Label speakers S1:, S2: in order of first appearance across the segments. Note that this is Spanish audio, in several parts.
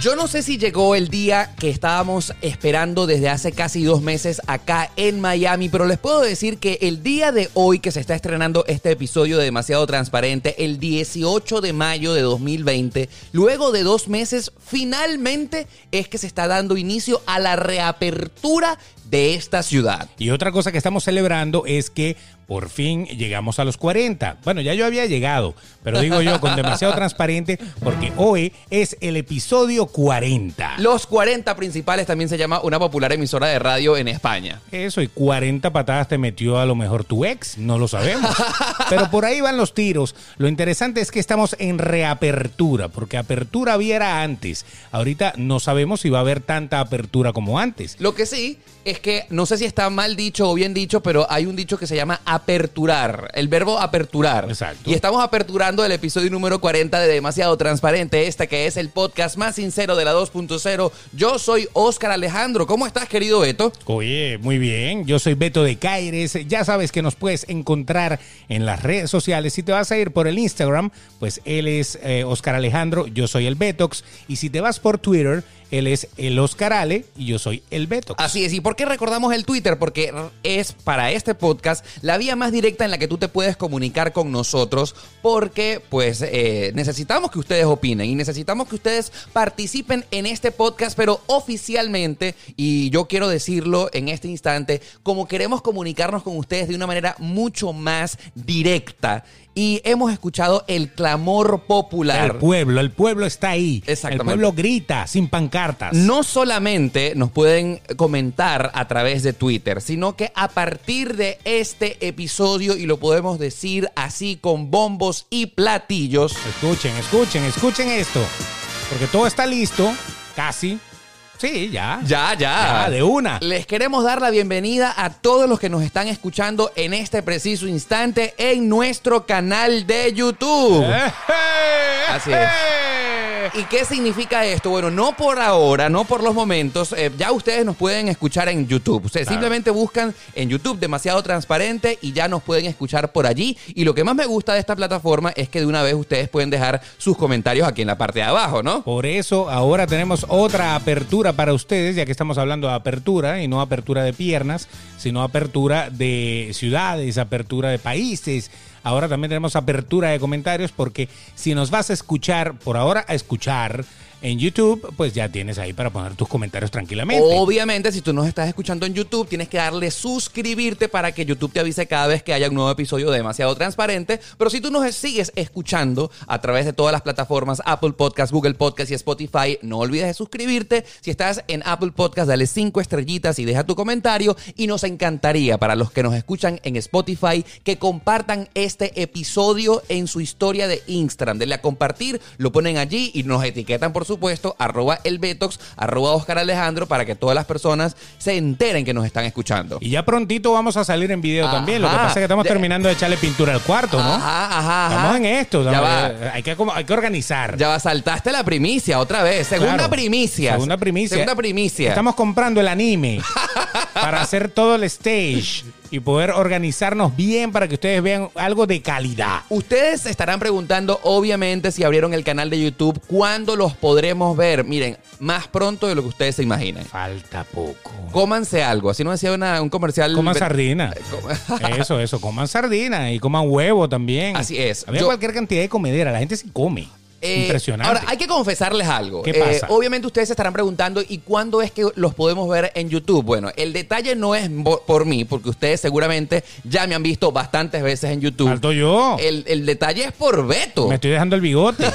S1: Yo no sé si llegó el día que estábamos esperando desde hace casi dos meses acá en Miami, pero les puedo decir que el día de hoy que se está estrenando este episodio de Demasiado Transparente, el 18 de mayo de 2020, luego de dos meses, finalmente es que se está dando inicio a la reapertura de esta ciudad.
S2: Y otra cosa que estamos celebrando es que por fin llegamos a los 40. Bueno, ya yo había llegado, pero digo yo con demasiado transparente porque hoy es el episodio 40.
S1: Los 40 principales también se llama una popular emisora de radio en España.
S2: Eso, y 40 patadas te metió a lo mejor tu ex, no lo sabemos. Pero por ahí van los tiros. Lo interesante es que estamos en reapertura, porque apertura había era antes. Ahorita no sabemos si va a haber tanta apertura como antes.
S1: Lo que sí es que no sé si está mal dicho o bien dicho, pero hay un dicho que se llama aperturar, el verbo aperturar.
S2: Exacto.
S1: Y estamos aperturando el episodio número 40 de Demasiado Transparente, este que es el podcast más sincero de la 2.0. Yo soy Óscar Alejandro. ¿Cómo estás, querido Beto?
S2: Oye, muy bien. Yo soy Beto de Caires. Ya sabes que nos puedes encontrar en las redes sociales. Si te vas a ir por el Instagram, pues él es eh, Oscar Alejandro, yo soy el Betox. Y si te vas por Twitter, él es el Oscar Ale y yo soy el Betox.
S1: Así es, ¿y por qué recordamos el Twitter? Porque es para este podcast la vía más directa en la que tú te puedes comunicar con nosotros porque pues eh, necesitamos que ustedes opinen y necesitamos que ustedes participen en este podcast, pero oficialmente, y yo quiero decirlo en este instante, como queremos comunicarnos con ustedes de una manera mucho más directa y hemos escuchado el clamor
S2: El
S1: popular.
S2: pueblo, el pueblo está ahí. El
S1: Exactamente.
S2: pueblo grita sin pancartas.
S1: No solamente nos pueden comentar a través de Twitter, sino que a partir de este episodio, y lo podemos decir así con bombos y platillos,
S2: Escuchen, escuchen, escuchen esto. Porque todo está listo, casi. Sí, ya.
S1: ya, ya.
S2: Ya, de una.
S1: Les queremos dar la bienvenida a todos los que nos están escuchando en este preciso instante en nuestro canal de YouTube.
S2: ¡Eh,
S1: Así es. ¿Y qué significa esto? Bueno, no por ahora, no por los momentos. eh, ya ustedes nos pueden escuchar en YouTube. Ustedes
S2: Claro.
S1: simplemente buscan en YouTube demasiado transparente y ya nos pueden escuchar por allí. Y lo que más me gusta de esta plataforma es que de una vez ustedes pueden dejar sus comentarios aquí en la parte de abajo, ¿no?
S2: Por eso ahora tenemos otra apertura para ustedes, ya que estamos hablando de apertura y no apertura de piernas, sino apertura de ciudades, apertura de países. Ahora también tenemos apertura de comentarios porque si nos vas a escuchar, por ahora a escuchar en YouTube, pues ya tienes ahí para poner tus comentarios tranquilamente.
S1: Obviamente, si tú nos estás escuchando en YouTube, tienes que darle suscribirte para que YouTube te avise cada vez que haya un nuevo episodio de demasiado transparente. Pero si tú nos sigues escuchando a través de todas las plataformas, Apple Podcast, Google Podcast y Spotify, no olvides de suscribirte. Si estás en Apple Podcast, dale cinco estrellitas y deja tu comentario. Y nos encantaría para los que nos escuchan en Spotify que compartan este episodio en su historia de Instagram. Denle a compartir, lo ponen allí y nos etiquetan, por supuesto, arroba el Betox, arroba Oscar Alejandro, para que todas las personas se enteren que nos están escuchando.
S2: Y ya prontito vamos a salir en video
S1: Ajá.
S2: también. Lo que pasa es que estamos
S1: Ya-
S2: terminando de echarle pintura al cuarto, ¿no?
S1: Ajá, ajá, ajá.
S2: Estamos en esto.
S1: Ya
S2: estamos-
S1: va.
S2: hay, que, como- hay que organizar.
S1: Ya va, saltaste la primicia otra vez. Segunda
S2: Claro.
S1: primicia.
S2: Segunda primicia.
S1: Segunda primicia.
S2: Estamos comprando el anime para hacer todo el stage y poder organizarnos bien para que ustedes vean algo de calidad.
S1: Ustedes se estarán preguntando, obviamente, si abrieron el canal de YouTube, ¿cuándo los podremos ver? Miren, más pronto de lo que ustedes se imaginan.
S2: Falta poco.
S1: Cómanse algo, así no decía una- un comercial.
S2: Coman
S1: Ve-
S2: sardina. Eso, eso. Coman sardina y coman huevo también.
S1: Así es.
S2: También
S1: Yo-
S2: cualquier cantidad de comedera. La gente sí come.
S1: Eh,
S2: Impresionante.
S1: Ahora, hay que confesarles algo.
S2: ¿Qué
S1: Eh,
S2: pasa?
S1: obviamente ustedes se estarán preguntando, ¿y cuándo es que los podemos ver en YouTube? Bueno, el detalle no es bo- por mí, porque ustedes seguramente ya me han visto bastantes veces en YouTube.
S2: Falto yo.
S1: El, el detalle es por Beto.
S2: Me estoy dejando el bigote.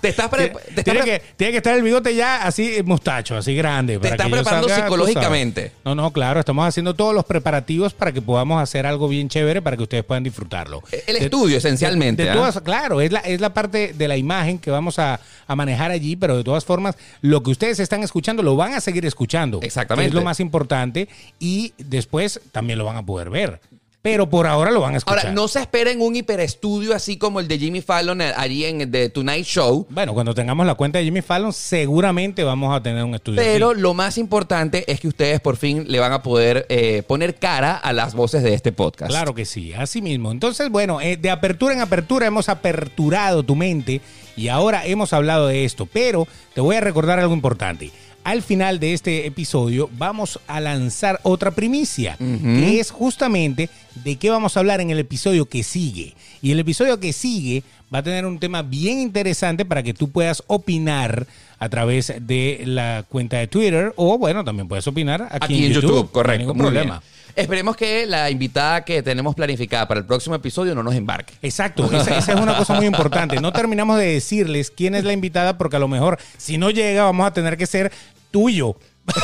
S1: Te estás, pre-
S2: Tiene-
S1: te estás
S2: tiene,
S1: pre-
S2: que, tiene que estar el bigote ya así, eh, mustacho, así grande. para
S1: estás
S2: que yo
S1: preparando
S2: salga, tú sabes.
S1: psicológicamente.
S2: No, no, claro, estamos haciendo todos los preparativos para que podamos hacer algo bien chévere para que ustedes puedan disfrutarlo.
S1: El
S2: De-
S1: estudio, esencialmente.
S2: de
S1: ¿ah?
S2: todas- claro, es la, es la parte de la imagen que vamos a, a manejar allí, pero de todas formas, lo que ustedes están escuchando lo van a seguir escuchando.
S1: Exactamente.
S2: Es lo más importante y después también lo van a poder ver. Pero por ahora lo van a escuchar.
S1: Ahora, no se esperen un hiperestudio así como el de Jimmy Fallon eh, allí en el The Tonight Show.
S2: Bueno, cuando tengamos la cuenta de Jimmy Fallon, seguramente vamos a tener un estudio.
S1: Pero
S2: así.
S1: lo más importante es que ustedes por fin le van a poder eh, poner cara a las voces de este podcast.
S2: Claro que sí, así mismo. Entonces, bueno, eh, de apertura en apertura hemos aperturado tu mente y ahora hemos hablado de esto, pero te voy a recordar algo importante. Al final de este episodio vamos a lanzar otra primicia, que es justamente de qué vamos a hablar en el episodio que sigue. Y el episodio que sigue va a tener un tema bien interesante para que tú puedas opinar a través de la cuenta de Twitter o bueno, también puedes opinar aquí,
S1: Aquí en YouTube, correcto.
S2: No hay ningún
S1: muy
S2: problema.
S1: bien. Esperemos que la invitada que tenemos planificada para el próximo episodio no nos embarque.
S2: Exacto, esa, esa es una cosa muy importante. No terminamos de decirles quién es la invitada porque a lo mejor si no llega vamos a tener que ser tuyo.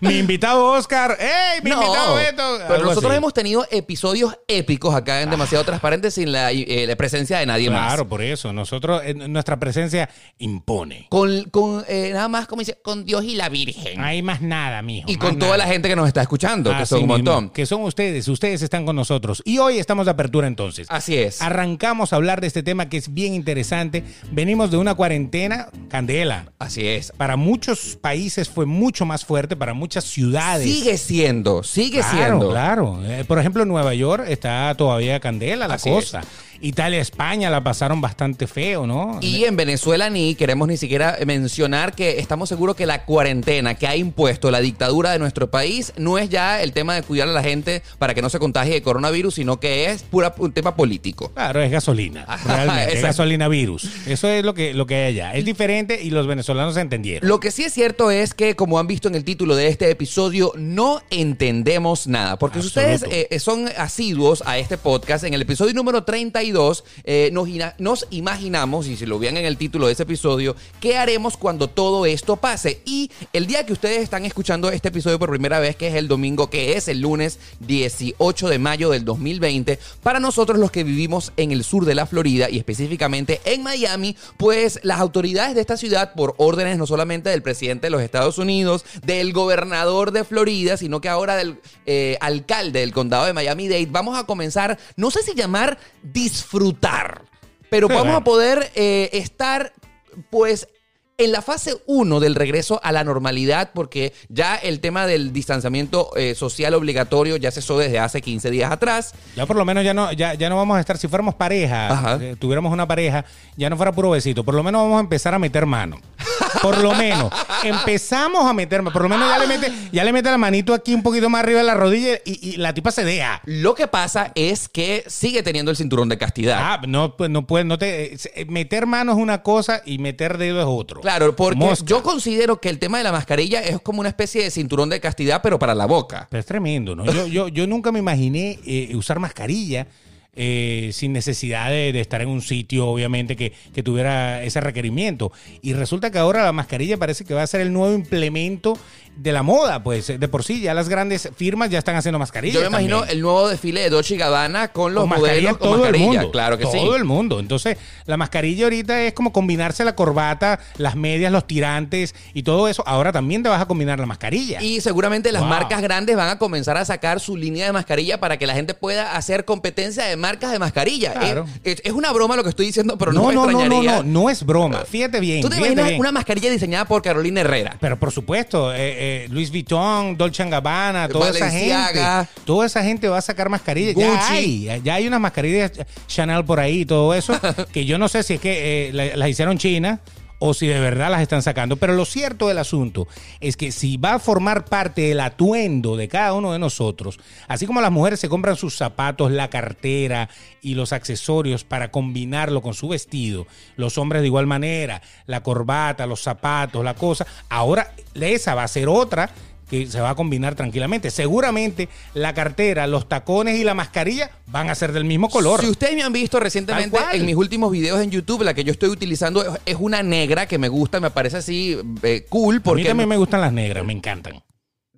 S2: mi invitado Oscar, ¡Ey! Mi
S1: No,
S2: invitado Beto.
S1: pero
S2: Algo
S1: nosotros
S2: así. Ah.
S1: hemos tenido episodios épicos acá en Demasiado Transparente sin la, eh, la presencia de nadie más.
S2: Claro, por eso. Nosotros, eh, nuestra presencia impone.
S1: Con, con, eh, nada más como dice, con Dios y la Virgen.
S2: No hay más nada, mijo.
S1: y
S2: más
S1: con toda
S2: nada.
S1: la gente que nos está escuchando, que
S2: Así
S1: son un
S2: mismo,
S1: montón.
S2: Que son ustedes, ustedes están con nosotros. Y hoy estamos de apertura entonces.
S1: Así es.
S2: Arrancamos a hablar de este tema que es bien interesante. Venimos de una cuarentena, candela.
S1: Así es.
S2: Para muchos países fue mucho más fuerte, para muchas ciudades.
S1: Sigue siendo, sigue
S2: claro,
S1: siendo.
S2: Claro, Eh, Por ejemplo, Nueva York está todavía candela la
S1: Así
S2: cosa. Italia, España la pasaron bastante feo, ¿no?
S1: Y en Venezuela ni queremos ni siquiera eh, mencionar que estamos seguros que la cuarentena que ha impuesto la dictadura de nuestro país no es ya el tema de cuidar a la gente para que no se contagie de coronavirus, sino que es pura un tema político.
S2: Claro, es gasolina.
S1: Ajá,
S2: Realmente, es
S1: exacto.
S2: gasolina virus. Eso es lo que, lo que hay allá. Es diferente y los venezolanos se entendieron.
S1: Lo que sí es cierto es que, como han visto en el título de este episodio, no entendemos nada. Porque si
S2: Absoluto.
S1: ustedes eh, son asiduos a este podcast, en el episodio número 32 eh, nos, ina- nos imaginamos, y si lo vean en el título de ese episodio, qué haremos cuando todo esto pase. Y el día que ustedes están escuchando este episodio por primera vez, que es el domingo, que es el lunes 18 de mayo del 2020, para nosotros los que vivimos en el sur de la Florida y específicamente en Miami, pues las autoridades de esta ciudad, por órdenes no solamente del presidente de los Estados Unidos, del gobernador de Florida, sino que ahora del eh, alcalde del condado de Miami-Dade, vamos a comenzar, no sé si llamar disfrutar, pero
S2: Sí,
S1: vamos
S2: bueno.
S1: a poder eh, estar, pues. En la fase 1 del regreso a la normalidad, porque ya el tema del distanciamiento eh, social obligatorio ya cesó desde hace 15 días atrás.
S2: Ya por lo menos ya no, ya, ya no vamos a estar, si fuéramos pareja,
S1: Ajá.
S2: eh, tuviéramos una pareja, ya no fuera puro besito, por lo menos vamos a empezar a meter mano. Por lo menos, empezamos a meter mano. Por lo menos ya le mete, ya le mete la manito aquí un poquito más arriba de la rodilla y, y la tipa se deja.
S1: Lo que pasa es que sigue teniendo el cinturón de castidad.
S2: Ah, no, pues no puedes, no te. eh, Meter mano es una cosa y meter dedo es otro.
S1: Claro, porque
S2: Mosca.
S1: yo considero que el tema de la mascarilla es como una especie de cinturón de castidad, pero para la boca.
S2: Pero es tremendo, ¿no? Yo, yo, yo nunca me imaginé eh, usar mascarilla eh, sin necesidad de, de estar en un sitio, obviamente, que, que tuviera ese requerimiento. Y resulta que ahora la mascarilla parece que va a ser el nuevo implemento de la moda, pues de por sí, ya las grandes firmas ya están haciendo mascarillas.
S1: Yo me imagino
S2: también.
S1: el nuevo desfile de Dolce y Gabbana con los
S2: Con mascarilla
S1: modelos con
S2: todo el
S1: mascarilla.
S2: mundo.
S1: claro que
S2: todo
S1: sí.
S2: el mundo. Entonces, la mascarilla ahorita es como combinarse la corbata, las medias, los tirantes y todo eso. Ahora también te vas a combinar la mascarilla.
S1: Y seguramente las
S2: Wow.
S1: marcas grandes van a comenzar a sacar su línea de mascarilla para que la gente pueda hacer competencia de marcas de mascarilla.
S2: Claro.
S1: Es, es- es una broma lo que estoy diciendo, pero no, me
S2: no, no, no,
S1: extrañaría.
S2: no, no es broma. Fíjate bien.
S1: ¿Tú te
S2: fíjate
S1: imaginas
S2: bien.
S1: una mascarilla diseñada por Carolina Herrera?
S2: Pero por supuesto, eh, eh, Luis Vuitton, Dolce Gabbana, toda esa gente.
S1: Balenciaga.
S2: Toda esa gente va a sacar mascarillas. Ya
S1: Gucci.
S2: hay, ya hay unas mascarillas Chanel por ahí y todo eso, que yo no sé si es que eh, la- las hicieron China o si de verdad las están sacando. Pero lo cierto del asunto es que si va a formar parte del atuendo de cada uno de nosotros, así como las mujeres se compran sus zapatos, la cartera y los accesorios para combinarlo con su vestido, los hombres de igual manera, la corbata, los zapatos, la cosa, ahora esa va a ser otra que se va a combinar tranquilamente. Seguramente la cartera, los tacones y la mascarilla van a ser del mismo color.
S1: Si ustedes me han visto recientemente
S2: Tal cual.
S1: en mis últimos videos en YouTube, la que yo estoy utilizando es- es una negra que me gusta, me parece así eh, cool.
S2: Porque a
S1: Porque,
S2: mí también me gustan las negras, me encantan.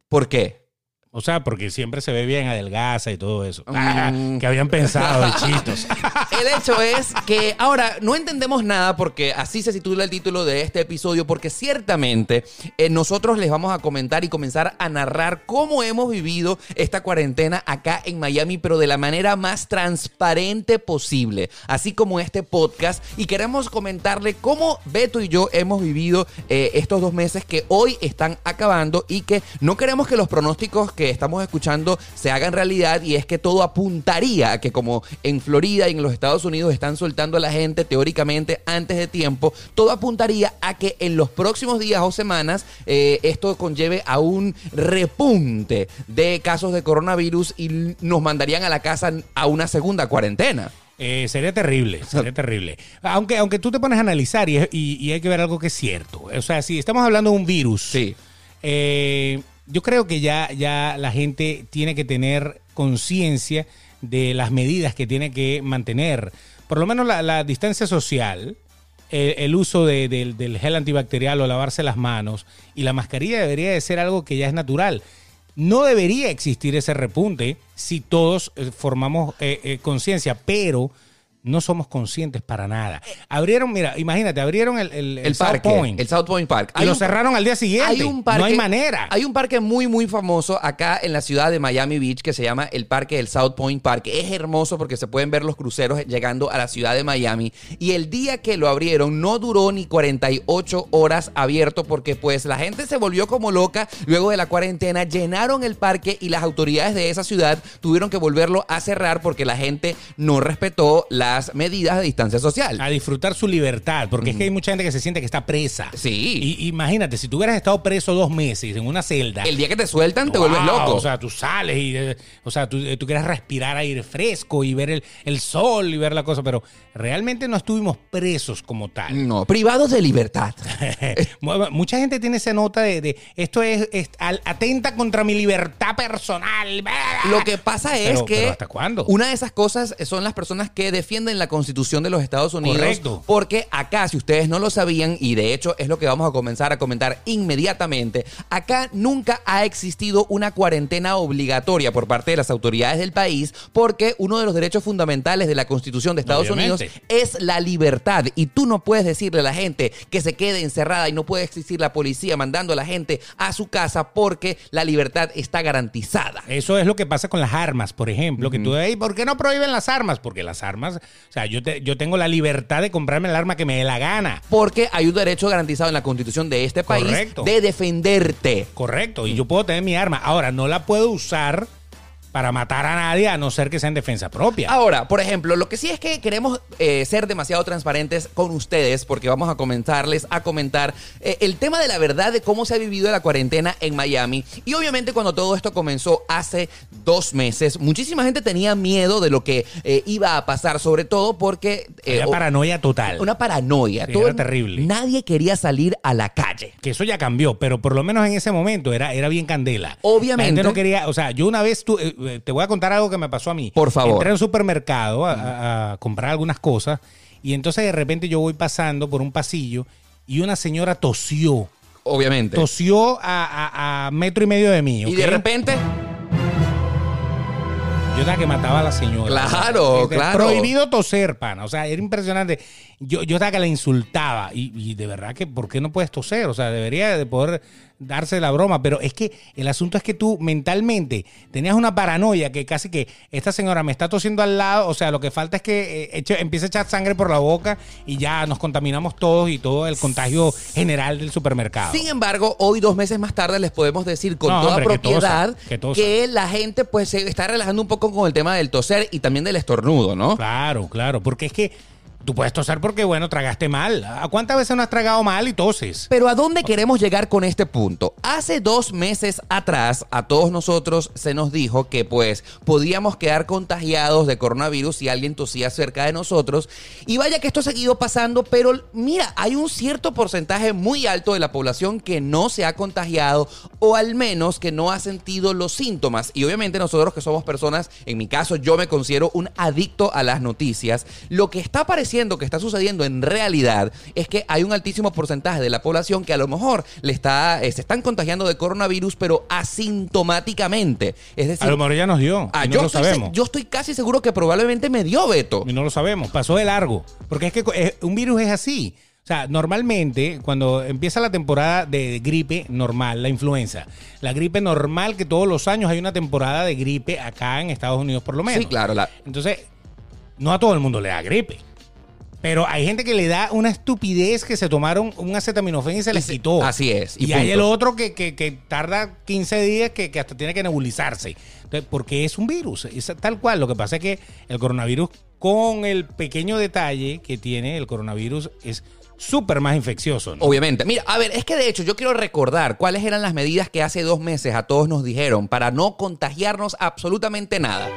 S1: ¿Por qué?
S2: O sea, porque siempre se ve bien adelgaza y todo eso. Ah, que habían pensado, bichitos.
S1: El hecho es que ahora no entendemos nada porque así se titula el título de este episodio, porque ciertamente eh, nosotros les vamos a comentar y comenzar a narrar cómo hemos vivido esta cuarentena acá en Miami, pero de la manera más transparente posible, así como este podcast. Y queremos comentarle cómo Beto y yo hemos vivido eh, estos dos meses que hoy están acabando y que no queremos que los pronósticos que estamos escuchando se hagan realidad y es que todo apuntaría a que como en Florida y en los Estados Unidos están soltando a la gente teóricamente antes de tiempo, todo apuntaría a que en los próximos días o semanas eh, esto conlleve a un repunte de casos de coronavirus y nos mandarían a la casa a una segunda cuarentena.
S2: Eh, sería terrible, sería terrible. Aunque, aunque tú te pones a analizar y, y- y hay que ver algo que es cierto. O sea, si estamos hablando de un virus,
S1: Sí.
S2: eh, yo creo que ya, ya la gente tiene que tener conciencia de las medidas que tiene que mantener. Por lo menos la, la distancia social, el, el uso de- del- del gel antibacterial o lavarse las manos y la mascarilla debería de ser algo que ya es natural. No debería existir ese repunte si todos eh, formamos eh, eh, conciencia, pero no somos conscientes para nada. Abrieron, mira, imagínate, abrieron el, el,
S1: Eh. El,
S2: el South
S1: parque,
S2: Point
S1: el South Point Park.
S2: y lo
S1: un-
S2: cerraron al día siguiente.
S1: Hay un parque,
S2: no hay manera.
S1: Hay un parque muy, muy famoso acá en la ciudad de Miami Beach que se llama el Parque del South Point Park. Es hermoso porque se pueden ver los cruceros llegando a la ciudad de Miami. Y el día que lo abrieron no duró ni 48 horas abierto porque pues la gente se volvió como loca luego de la cuarentena. Llenaron el parque y las autoridades de esa ciudad tuvieron que volverlo a cerrar porque la gente no respetó las medidas de distancia social.
S2: a disfrutar su libertad, porque es que hay mucha gente que se siente que está presa.
S1: Sí.
S2: Y, imagínate, si tú hubieras estado preso dos meses en una celda.
S1: El día que te sueltan te
S2: ¡wow!
S1: vuelves loco.
S2: O sea, tú sales y. eh, O sea, tú, eh, tú quieres respirar aire fresco y ver el, el sol y ver la cosa, pero realmente no estuvimos presos como tal.
S1: no, privados de libertad.
S2: Mu- Mucha gente tiene esa nota de, de, esto es, es al- atenta contra mi libertad personal.
S1: Lo que pasa es
S2: Pero-
S1: que
S2: pero ¿hasta cuándo?
S1: una de esas cosas son las personas que defienden la Constitución de los Estados Unidos.
S2: Correcto.
S1: Porque acá, si ustedes no lo sabían, y de hecho es lo que vamos a comenzar a comentar inmediatamente, acá nunca ha existido una cuarentena obligatoria por parte de las autoridades del país porque uno de los derechos fundamentales de la Constitución de Estados
S2: Obviamente.
S1: Unidos es la libertad y tú no puedes decirle a la gente que se quede encerrada y no puede existir la policía mandando a la gente a su casa porque la libertad está garantizada.
S2: Eso es lo que pasa con las armas, por ejemplo, que tú, "Ey, ¿por qué no prohíben las armas? Porque las armas, o sea, yo, te- yo tengo la libertad de comprarme el arma que me dé la gana.
S1: Porque hay un derecho garantizado en la constitución de este país
S2: Correcto.
S1: de defenderte.
S2: Correcto, y yo puedo tener mi arma. Ahora, no la puedo usar para matar a nadie a no ser que sea en defensa propia.
S1: Ahora, por ejemplo, lo que sí es que queremos eh, ser demasiado transparentes con ustedes porque vamos a comenzarles a comentar eh, el tema de la verdad de cómo se ha vivido la cuarentena en Miami. Y obviamente cuando todo esto comenzó hace dos meses, muchísima gente tenía miedo de lo que eh, iba a pasar, sobre todo porque... eh,
S2: Era
S1: o-
S2: paranoia total.
S1: una paranoia.
S2: Sí,
S1: Todo
S2: era
S1: el-
S2: terrible.
S1: Nadie quería salir a la calle.
S2: Que eso ya cambió, pero por lo menos en ese momento era, era bien candela.
S1: Obviamente.
S2: La gente no quería, o sea, yo una vez tú, eh, eh, te voy a contar algo que me pasó a mí.
S1: Por favor.
S2: Entré a un supermercado a- a, a comprar algunas cosas y entonces de repente yo voy pasando por un pasillo y una señora tosió.
S1: Obviamente.
S2: Tosió a, a- a metro y medio de mí.
S1: Y
S2: ¿ok?
S1: de repente...
S2: Yo estaba que mataba a la señora.
S1: Claro,
S2: Este,
S1: claro.
S2: Prohibido toser, pana. O sea, era impresionante. Yo, yo estaba que la insultaba. Y, y de verdad que, ¿por qué no puedes toser? O sea, debería de poder darse la broma. Pero es que el asunto es que tú mentalmente tenías una paranoia que casi que esta señora me está tosiendo al lado. O sea, lo que falta es que eh, eche- empiece a echar sangre por la boca y ya nos contaminamos todos y todo el contagio general del supermercado.
S1: Sin embargo, hoy, dos meses más tarde, les podemos decir con
S2: No,
S1: toda
S2: hombre, que
S1: propiedad
S2: tosa,
S1: que,
S2: que tosa.
S1: la gente pues se está relajando un poco con el tema del toser y también del estornudo, ¿no?
S2: Claro, claro, porque es que tú puedes toser porque, bueno, tragaste mal. ¿A cuántas veces no has tragado mal y toses?
S1: Pero ¿a dónde queremos llegar con este punto? Hace dos meses atrás a todos nosotros se nos dijo que pues podíamos quedar contagiados de coronavirus si alguien tosía cerca de nosotros. Y vaya que esto ha seguido pasando, pero mira, hay un cierto porcentaje muy alto de la población que no se ha contagiado o al menos que no ha sentido los síntomas. Y obviamente nosotros que somos personas, en mi caso yo me considero un adicto a las noticias, lo que está diciendo que está sucediendo en realidad es que hay un altísimo porcentaje de la población que a lo mejor le está, eh, se están contagiando de coronavirus, pero asintomáticamente. Es decir,
S2: A lo mejor ya nos dio.
S1: ah,
S2: y no
S1: yo,
S2: lo
S1: estoy, se-
S2: sabemos.
S1: yo estoy casi seguro que probablemente me dio Beto.
S2: Y no lo sabemos, pasó de largo. Porque es que co- eh, un virus es así. O sea, normalmente cuando empieza la temporada de gripe normal, la influenza, la gripe normal que todos los años hay una temporada de gripe acá en Estados Unidos por lo menos.
S1: Sí, claro. la-
S2: Entonces, no a todo el mundo le da gripe. Pero hay gente que le da una estupidez que se tomaron un acetaminofén y se les
S1: se-
S2: quitó.
S1: así es, y
S2: Y, hay
S1: punto.
S2: el otro que, que- que tarda 15 días que, que hasta tiene que nebulizarse. Entonces, porque es un virus. Es tal cual. Lo que pasa es que el coronavirus, con el pequeño detalle que tiene el coronavirus, es súper más infeccioso. ¿no?
S1: Obviamente. Mira, a ver, es que de hecho yo quiero recordar cuáles eran las medidas que hace dos meses a todos nos dijeron para no contagiarnos absolutamente nada.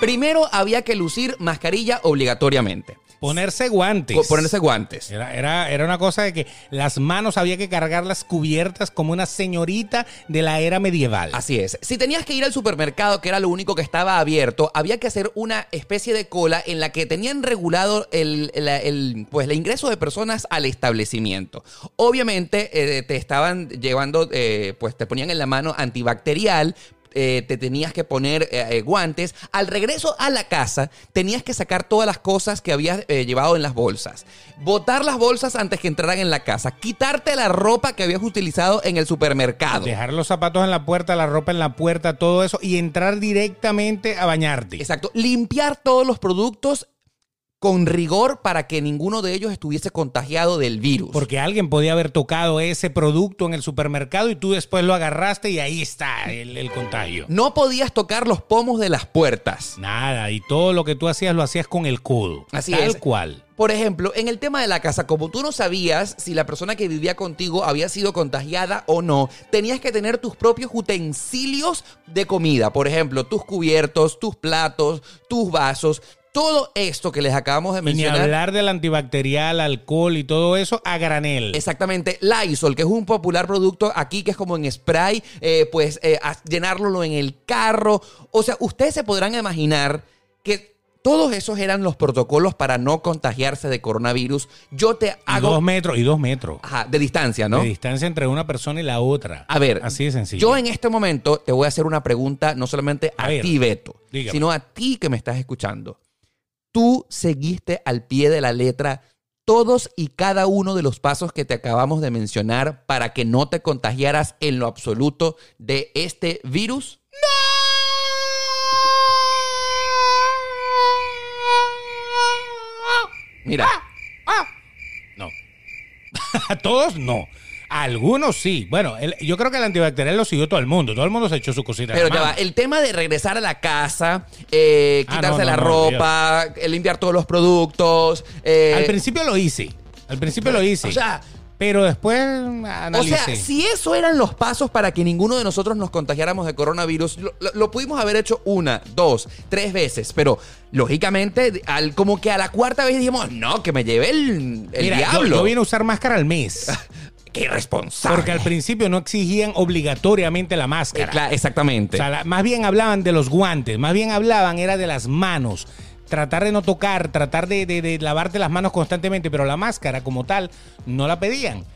S1: Primero había que lucir mascarilla obligatoriamente.
S2: Ponerse guantes.
S1: Co- Ponerse guantes.
S2: Era, era, era una cosa de que las manos había que cargarlas cubiertas como una señorita de la era medieval.
S1: Así es. Si tenías que ir al supermercado, que era lo único que estaba abierto, había que hacer una especie de cola en la que tenían regulado el, la- el, pues, el ingreso de personas al establecimiento. Obviamente eh, te estaban llevando, eh, pues te ponían en la mano antibacterial. eh, te tenías que poner eh, eh, guantes. Al regreso a la casa, tenías que sacar todas las cosas que habías eh, llevado en las bolsas. Botar las bolsas antes que entraran en la casa. Quitarte la ropa que habías utilizado en el supermercado.
S2: Dejar los zapatos en la puerta, la ropa en la puerta, todo eso y entrar directamente a bañarte.
S1: Exacto. Limpiar todos los productos con rigor para que ninguno de ellos estuviese contagiado del virus.
S2: Porque alguien podía haber tocado ese producto en el supermercado y tú después lo agarraste y ahí está el, el contagio.
S1: no podías tocar los pomos de las puertas.
S2: Nada, y todo lo que tú hacías lo hacías con el codo.
S1: Así
S2: tal
S1: es.
S2: cual.
S1: Por ejemplo, en el tema de la casa, como tú no sabías si la persona que vivía contigo había sido contagiada o no, tenías que tener tus propios utensilios de comida. Por ejemplo, tus cubiertos, tus platos, tus vasos, todo esto que les acabamos de
S2: Y ni
S1: mencionar.
S2: hablar del antibacterial, alcohol y todo eso a granel.
S1: Exactamente, Lysol, que es un popular producto aquí que es como en spray, eh, pues eh, a- llenarlo en el carro. O sea, ustedes se podrán imaginar que todos esos eran los protocolos para no contagiarse de coronavirus. Yo te
S2: y dos
S1: hago
S2: metros, y dos metros.
S1: Ajá, de distancia, ¿no?
S2: De distancia entre una persona y la otra.
S1: A ver,
S2: Así de sencillo.
S1: yo en este momento te voy a hacer una pregunta no solamente a,
S2: A ver,
S1: ti, Beto,
S2: dígame.
S1: sino a ti que me estás escuchando. Tú seguiste al pie de la letra todos y cada uno de los pasos que te acabamos de mencionar para que no te contagiaras en lo absoluto de este virus. Mira,
S2: Ah. No. A todos no. A algunos sí. Bueno, el- yo creo que el antibacterial lo siguió todo el mundo. Todo el mundo se echó su cosita. en la
S1: pero ya va,
S2: mano.
S1: el tema de regresar a la casa, eh,
S2: Ah,
S1: quitarse
S2: no, no,
S1: la
S2: no,
S1: ropa, eh, limpiar todos los productos. eh,
S2: Al principio lo hice. Al principio lo hice.
S1: o sea,
S2: pero después analicé.
S1: O sea, si eso eran los pasos para que ninguno de nosotros nos contagiáramos de coronavirus, lo, lo- lo pudimos haber hecho una, dos, tres veces, pero lógicamente, al, como que a la cuarta vez dijimos, no, que me lleve el, el
S2: Mira, yo-
S1: diablo.
S2: Yo, vine a usar máscara al mes.
S1: Qué irresponsable.
S2: Porque al principio no exigían obligatoriamente la
S1: Eh,
S2: máscara.
S1: claro,
S2: O
S1: exactamente.
S2: sea, la- más bien hablaban de los guantes, más bien hablaban era de las manos. Tratar de no tocar, tratar de, de- de lavarte las manos constantemente, pero la máscara como tal no la pedían.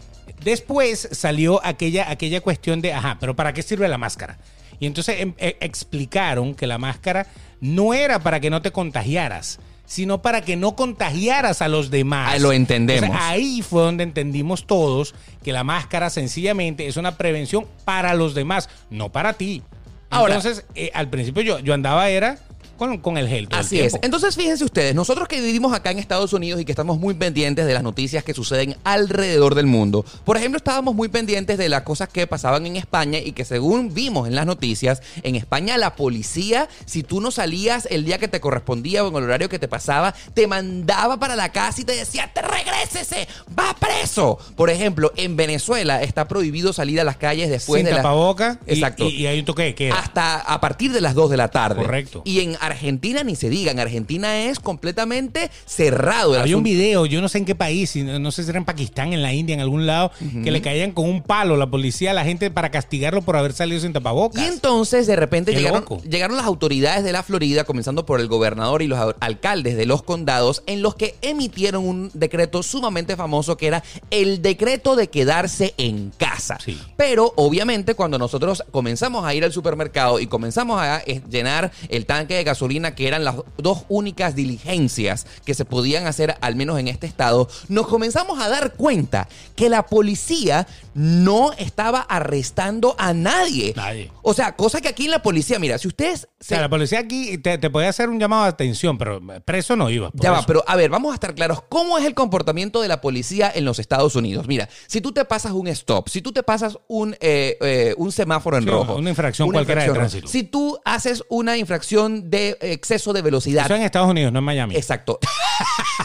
S2: Después salió aquella, aquella cuestión de, ajá, pero ¿para qué sirve la máscara? Y entonces em, e- explicaron que la máscara no era para que no te contagiaras, sino para que no contagiaras a los demás.
S1: Ah, lo entendemos.
S2: Entonces, ahí fue donde entendimos todos que la máscara sencillamente es una prevención para los demás, no para ti.
S1: Ahora-
S2: Entonces, eh, al principio yo, yo andaba era con, con el gel. todo el
S1: Así es.
S2: tiempo.
S1: Entonces, fíjense ustedes, nosotros que vivimos acá en Estados Unidos y que estamos muy pendientes de las noticias que suceden alrededor del mundo. Por ejemplo, estábamos muy pendientes de las cosas que pasaban en España y que según vimos en las noticias, en España la policía, si tú no salías el día que te correspondía o en el horario que te pasaba, te mandaba para la casa y te decía, te regrésese, va preso. Por ejemplo, en Venezuela está prohibido salir a las calles después
S2: Sin
S1: de las...
S2: tapaboca y-
S1: Exacto.
S2: Y, y hay un toque de queda.
S1: Hasta a partir de las 2 de la tarde.
S2: Correcto.
S1: Y en Argentina ni se diga, en Argentina es completamente cerrado. el
S2: Había un
S1: asunto.
S2: video, yo no sé en qué país, si no no sé si era en Pakistán, en la India, en algún lado, que le caían con un palo la policía a la gente para castigarlo por haber salido sin tapabocas.
S1: Y entonces de repente
S2: Qué
S1: llegaron,
S2: loco.
S1: llegaron las autoridades de la Florida, comenzando por el gobernador y los au- alcaldes de los condados, en los que emitieron un decreto sumamente famoso que era el decreto de quedarse en casa.
S2: Sí.
S1: Pero obviamente cuando nosotros comenzamos a ir al supermercado y comenzamos a eh, llenar el tanque de gasolina, que eran las dos únicas diligencias que se podían hacer, al menos en este estado, nos comenzamos a dar cuenta que la policía no estaba arrestando a nadie.
S2: Nadie.
S1: O sea, cosa que aquí en la policía, mira, si ustedes...
S2: O
S1: se-
S2: sea, la policía aquí te, te podía hacer un llamado de atención, pero preso no iba. pues. por
S1: Ya va,
S2: eso.
S1: pero a ver, vamos a estar claros. ¿Cómo es el comportamiento de la policía en los Estados Unidos? Mira, si tú te pasas un stop, si tú te pasas un, eh, eh, un semáforo en
S2: Sí,
S1: rojo.
S2: una infracción cualquiera de tránsito.
S1: Si tú haces una infracción de exceso de velocidad.
S2: Eso en Estados Unidos, no en Miami.
S1: Exacto.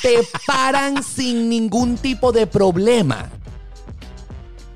S1: te paran sin ningún tipo de problema.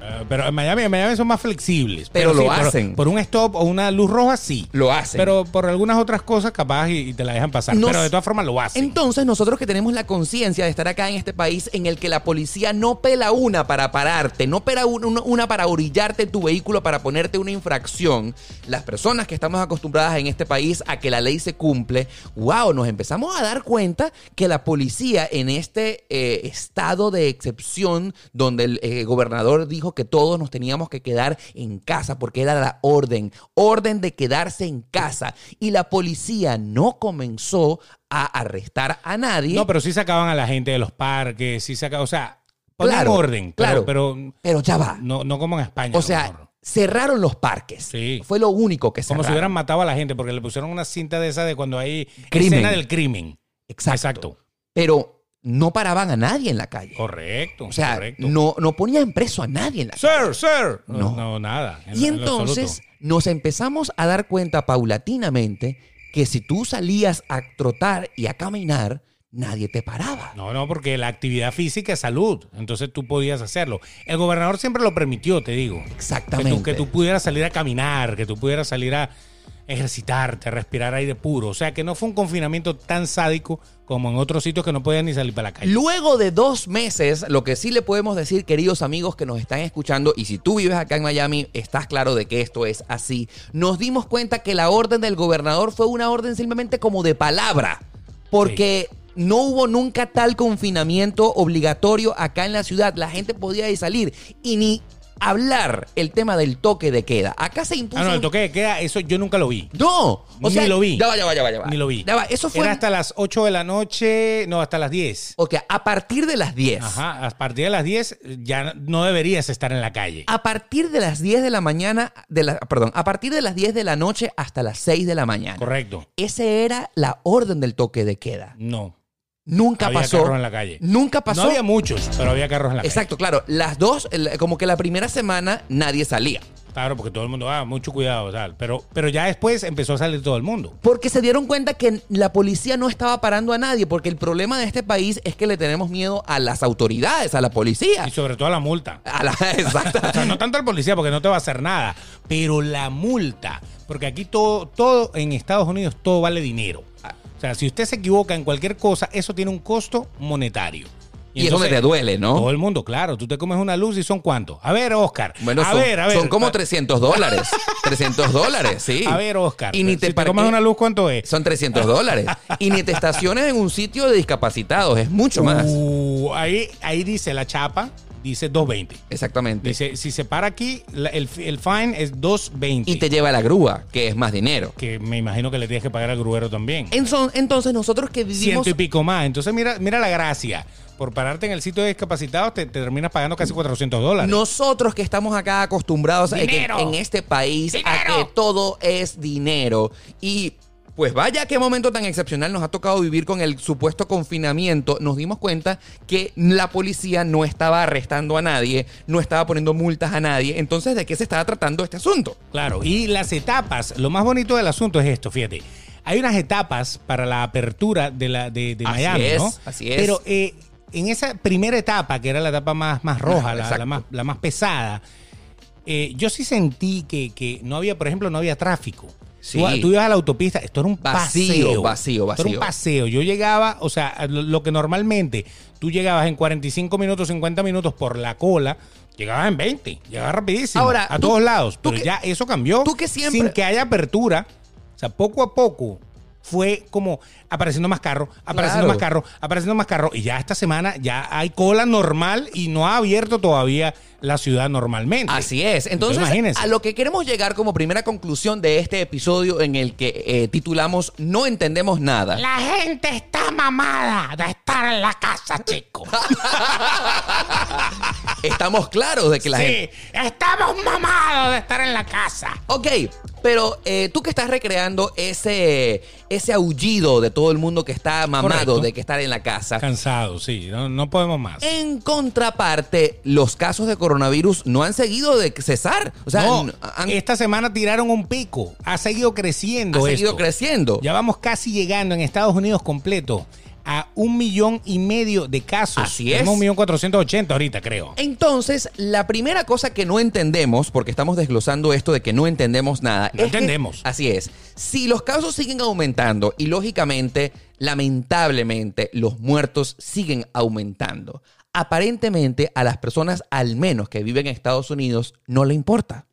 S2: Eh, pero en Miami, en Miami son más flexibles.
S1: Pero lo
S2: por-
S1: hacen.
S2: Por, un stop o una luz roja, sí.
S1: Lo hacen.
S2: Pero por algunas otras cosas, capaz y, y te la dejan pasar.
S1: No
S2: pero
S1: s-
S2: de todas formas lo hacen.
S1: Entonces, nosotros que tenemos la conciencia de estar acá en este país en el que la policía no pela una para pararte, no pela un- una, una para orillarte tu vehículo, para ponerte una infracción, las personas que estamos acostumbradas en este país a que la ley se cumple, wow, nos empezamos a dar cuenta que la policía en este eh, estado de excepción donde el eh, gobernador dijo que todos nos teníamos que quedar en casa porque era la orden, orden de quedarse en casa y la policía no comenzó a arrestar a nadie.
S2: No, pero sí sacaban a la gente de los parques, sí sacaban, o sea, ponían
S1: Claro,
S2: orden,
S1: claro.
S2: claro, pero
S1: Pero ya va.
S2: no, no como en España.
S1: o
S2: a lo mejor.
S1: sea, cerraron los parques.
S2: Sí.
S1: Fue lo único que cerraron.
S2: como si hubieran matado a la gente porque le pusieron una cinta de esa de cuando hay
S1: Crimen.
S2: escena del crimen.
S1: Exacto.
S2: Exacto.
S1: Pero no paraban a nadie en la calle.
S2: Correcto.
S1: O sea,
S2: correcto.
S1: no, no ponían preso a nadie en la calle.
S2: Sir, sir. No,
S1: No.
S2: no, nada. en
S1: Y
S2: lo- en lo
S1: entonces
S2: absoluto.
S1: nos empezamos a dar cuenta paulatinamente que si tú salías a trotar y a caminar, nadie te paraba.
S2: No, no, porque la actividad física es salud. Entonces tú podías hacerlo. El gobernador siempre lo permitió, te digo. Que
S1: Exactamente.
S2: tú, que tú pudieras salir a caminar, que tú pudieras salir a ejercitarte, a respirar aire puro. O sea, que no fue un confinamiento tan sádico como en otros sitios que no podías ni salir para la calle.
S1: Luego de dos meses, lo que sí le podemos decir, queridos amigos que nos están escuchando, y si tú vives acá en Miami, estás claro de que esto es así, nos dimos cuenta que la orden del gobernador fue una orden simplemente como de palabra, porque... No hubo nunca tal confinamiento obligatorio acá en la ciudad. La gente podía ir salir y ni hablar el tema del toque de queda. Acá se impuso.
S2: Ah, no, el
S1: un-
S2: toque de queda, eso yo nunca lo vi.
S1: No, o
S2: Ni
S1: sea,
S2: lo vi.
S1: Ya va, ya va, ya va, ya va.
S2: Ni lo vi.
S1: Ya va, Eso fue.
S2: Era hasta las 8 de la noche, no, hasta las 10.
S1: Ok, a partir de las 10.
S2: Ajá, a partir de las 10 ya no deberías estar en la calle.
S1: A partir de las 10 de la mañana, de la, perdón, a partir de las 10 de la noche hasta las 6 de la mañana.
S2: Correcto.
S1: Ese era la orden del toque de queda.
S2: No.
S1: Nunca
S2: Había
S1: pasó.
S2: carros en la calle.
S1: Nunca pasó.
S2: No había muchos, pero había carros en la
S1: Exacto, claro. Las dos, el- como que la primera semana nadie salía.
S2: calle. Claro, porque todo el mundo, ah, mucho cuidado, tal. Pero, pero ya después empezó a salir todo el mundo.
S1: Porque se dieron cuenta que la policía no estaba parando a nadie, porque el problema de este país es que le tenemos miedo a las autoridades, a la policía.
S2: Y sobre todo la multa.
S1: A la,
S2: O sea,
S1: exacta.
S2: no tanto al policía porque no te va a hacer nada, pero la multa. Porque aquí todo, todo en Estados Unidos, todo vale dinero. O sea, si usted se equivoca en cualquier cosa, eso tiene un costo monetario.
S1: Y es donde
S2: entonces,
S1: te duele,
S2: Todo
S1: ¿no?
S2: el mundo, claro. Tú te comes una luz y son cuántos. A ver, Oscar.
S1: Bueno,
S2: a
S1: son,
S2: ver, a ver.
S1: son como
S2: Pa-
S1: 300 dólares. 300 dólares, sí.
S2: A ver, Oscar.
S1: Y ni te
S2: si te
S1: parque-
S2: comes una luz, ¿cuánto es?
S1: Son 300 dólares. Y ni te estaciones en un sitio de discapacitados, es mucho más.
S2: Uh, ahí, ahí dice la chapa, dice 220.
S1: Exactamente.
S2: Dice, si se para aquí, la- el, fi- el fine es 220.
S1: y te lleva la grúa, que es más dinero.
S2: que me imagino que le tienes que pagar al gruero también.
S1: Enso- Entonces, nosotros que vivimos.
S2: Ciento y pico más. Entonces, mira, mira la gracia. Por pararte en el sitio de discapacitados, te, te terminas pagando casi 400 dólares.
S1: Nosotros que estamos acá acostumbrados a que-
S2: ¡Dinero!
S1: en este país a
S2: ¡Dinero!
S1: que todo es dinero. Y pues vaya qué momento tan excepcional nos ha tocado vivir con el supuesto confinamiento. Nos dimos cuenta que la policía no estaba arrestando a nadie, no estaba poniendo multas a nadie. Entonces, ¿de qué se estaba tratando este asunto?
S2: Claro, y las etapas, lo más bonito del asunto es esto, fíjate. Hay unas etapas para la apertura de, la, de, de
S1: Así
S2: Miami,
S1: es,
S2: ¿no?
S1: así es.
S2: Pero eh, en esa primera etapa, que era la etapa más, más roja, la,
S1: Ah, Exacto.
S2: la más, la más pesada, eh, yo sí sentí que, que no había, por ejemplo, no había tráfico.
S1: Sí.
S2: Tú, tú ibas a la autopista, esto era un
S1: Vacío,
S2: paseo.
S1: vacío,
S2: Esto era
S1: vacío.
S2: un paseo. Yo llegaba, o sea, lo, lo que normalmente tú llegabas en 45 minutos, 50 minutos por la cola, llegabas en 20, llegabas rapidísimo.
S1: Ahora,
S2: a
S1: tú-
S2: todos lados.
S1: tú
S2: Pero
S1: que-
S2: ya Ah, eso cambió.
S1: tú que siempre-
S2: Sin que haya apertura. O sea, poco a poco fue como apareciendo más carro, apareciendo
S1: Claro.
S2: más carro, apareciendo más carro. Y ya esta semana ya hay cola normal y no ha abierto todavía la ciudad normalmente.
S1: Así es. Entonces,
S2: Pues imagínense.
S1: a lo que queremos llegar como primera conclusión de este episodio en el que eh, titulamos No entendemos nada.
S2: La gente está mamada de estar en la casa, chicos.
S1: Estamos claros de que la gente...
S2: estamos mamados de estar en la casa.
S1: Ok, pero eh, tú que estás recreando ese, ese aullido de todo el mundo que está mamado
S2: Correcto.
S1: de que estar en la casa.
S2: Cansado, sí, no, no podemos más.
S1: En contraparte, los casos de coronavirus no han seguido de cesar. O sea,
S2: No,
S1: n- han,
S2: esta semana tiraron un pico. Ha seguido creciendo
S1: han seguido
S2: esto.
S1: creciendo.
S2: Pues. Ya vamos casi llegando en Estados Unidos completo a un millón y medio de casos.
S1: Así es.
S2: Tenemos un millón cuatrocientos ochenta ahorita, creo.
S1: Entonces, la primera cosa que no entendemos, porque estamos desglosando esto de que no entendemos nada.
S2: No
S1: que-
S2: entendemos.
S1: así es. Si los casos siguen aumentando y lógicamente, lamentablemente, los muertos siguen aumentando, aparentemente a las personas, al menos que viven en Estados Unidos, no le importa.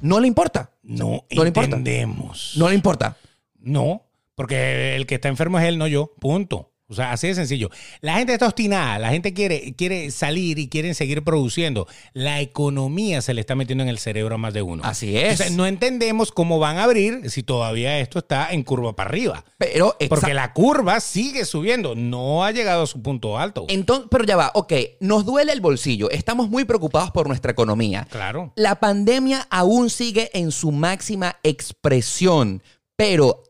S1: No le importa.
S2: No,
S1: No le importa.
S2: entendemos.
S1: No le importa.
S2: No, porque el que está enfermo es él, no yo. Punto. O sea, así de sencillo. La gente está obstinada, la gente quiere, quiere salir y quieren seguir produciendo. La economía se le está metiendo en el cerebro a más de uno.
S1: Así es.
S2: O sea, no entendemos cómo van a abrir si todavía esto está en curva para arriba.
S1: Pero exa-
S2: Porque la curva sigue subiendo, no ha llegado a su punto alto.
S1: Entonces, pero ya va, ok, nos duele el bolsillo, estamos muy preocupados por nuestra economía.
S2: Claro.
S1: La pandemia aún sigue en su máxima expresión, pero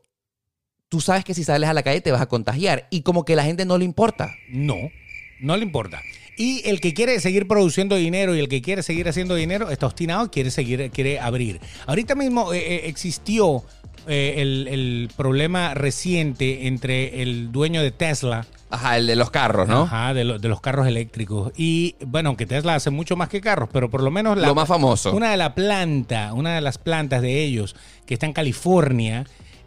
S1: tú sabes que si sales a la calle te vas a contagiar y como que la gente no le importa.
S2: No, no le importa. Y el que quiere seguir produciendo dinero y el que quiere seguir haciendo dinero está obstinado, quiere seguir, quiere abrir. Ahorita mismo eh, eh, existió eh, el, el problema reciente entre el dueño de Tesla,
S1: Ajá, el de los carros, ¿no?
S2: ajá, de, lo- de los carros eléctricos, y bueno, que Tesla hace mucho más que carros, pero por lo menos la,
S1: Lo más famoso.
S2: una de la planta, una de las plantas de ellos que está en California,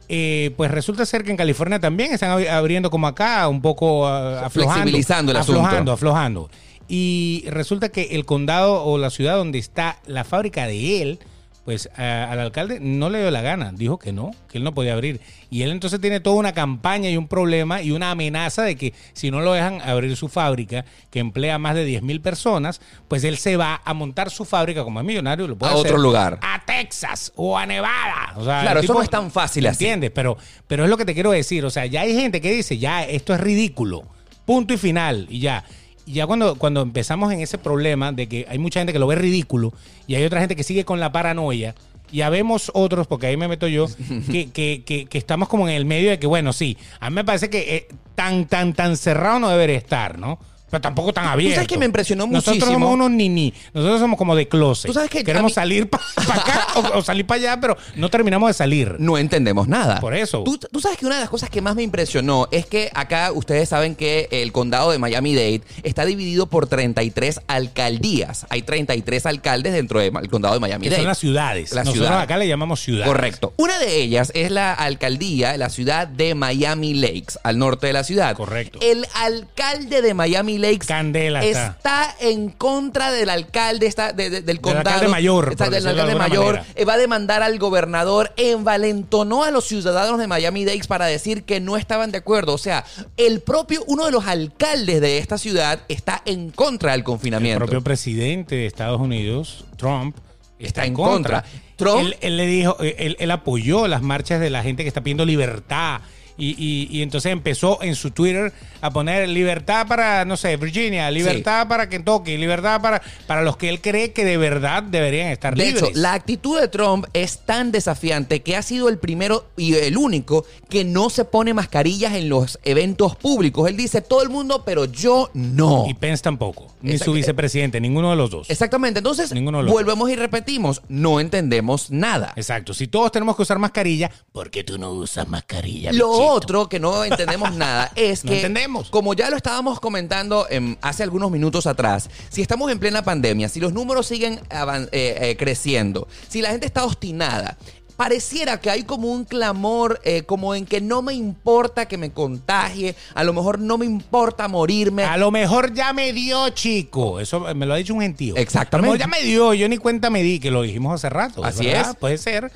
S2: eh, pues resulta ser que en California también están abri- abriendo como acá, un poco ah, aflojando,
S1: Flexibilizando el asunto.
S2: aflojando, aflojando. Y resulta que el condado o la ciudad donde está la fábrica de él, pues a- al alcalde no le dio la gana, dijo que no, que él no podía abrir. Y él entonces tiene toda una campaña y un problema y una amenaza de que si no lo dejan abrir su fábrica, que emplea más de 10.000 personas, pues él se va a montar su fábrica como es millonario, lo puede
S1: A
S2: hacer,
S1: otro lugar.
S2: A Texas o a Nevada. O sea,
S1: Claro,
S2: el
S1: eso no es tan fácil así.
S2: ¿Entiendes? Pero, pero es lo que te quiero decir. O sea, ya hay gente que dice, ya, esto es ridículo. Punto y final. Y ya. Y ya cuando, cuando empezamos en ese problema de que hay mucha gente que lo ve ridículo y hay otra gente que sigue con la paranoia. Y habemos otros, porque ahí me meto yo, que, que- que- que estamos como en el medio de que, bueno, sí, a mí me parece que eh, tan, tan, tan cerrado no debería estar, ¿no? Pero tampoco tan abierto.
S1: que me impresionó
S2: Nosotros
S1: muchísimo?
S2: somos unos ni Nosotros somos como de closet.
S1: Tú sabes que a
S2: Queremos
S1: mí-
S2: salir para acá o, o salir para allá, pero no terminamos de salir.
S1: no entendemos nada.
S2: Por eso.
S1: Tú, tú sabes que una de las cosas que más me impresionó es que acá ustedes saben que el condado de Miami-Dade está dividido por 33 alcaldías. Hay 33 alcaldes dentro del condado de
S2: Que son las
S1: Miami-Dade.
S2: ciudades.
S1: La
S2: Nosotros
S1: ciudad.
S2: acá le llamamos ciudades.
S1: Correcto. Una de ellas es la alcaldía, la ciudad de Miami Lakes, al norte de la ciudad.
S2: Correcto.
S1: El alcalde de Miami Lakes
S2: Candela está.
S1: está en contra del alcalde está de- de- del condado.
S2: alcalde mayor,
S1: Está-
S2: por
S1: del
S2: decirlo de
S1: alcalde
S2: alguna
S1: mayor.
S2: manera.
S1: Eh, va a demandar al gobernador, envalentonó a los ciudadanos de Miami-Dade para decir que no estaban de acuerdo. O sea, el propio, uno de los alcaldes de esta ciudad está en contra del
S2: El
S1: confinamiento.
S2: propio presidente de Estados Unidos, Trump, está, en contra.
S1: Trump-
S2: Él, él le dijo, eh, él, él apoyó las marchas de la gente que está pidiendo libertad. Y, y- y entonces empezó en su Twitter a poner libertad para, no sé, Virginia, libertad para Kentucky, libertad para, para los que él cree que de verdad deberían estar
S1: De
S2: libres.
S1: hecho, la actitud de Trump es tan desafiante que ha sido el primero y el único que no se pone mascarillas en los eventos públicos. Él dice todo el mundo, pero yo no.
S2: Y Pence tampoco, ni
S1: Exacto.
S2: su vicepresidente, ninguno de los dos.
S1: Exactamente. Entonces,
S2: Ninguno de los-
S1: volvemos y repetimos, no entendemos nada.
S2: Exacto. Si todos tenemos que usar mascarilla, ¿por qué tú no usas mascarilla?
S1: Lo
S2: bichito?
S1: otro que no entendemos nada es
S2: No
S1: que,
S2: entendemos.
S1: como ya lo estábamos comentando em, hace algunos minutos atrás, si estamos en plena pandemia, si los números siguen avan- eh, eh, creciendo, si la gente está obstinada, pareciera que hay como un clamor, eh, como en que no me importa que me contagie, a lo mejor no me importa morirme.
S2: A lo mejor ya me dio, chico. Eso me lo ha dicho un gentío.
S1: Exactamente.
S2: A lo mejor ya me dio, yo ni cuenta me di, que lo dijimos hace rato.
S1: Así es.
S2: Puede ser.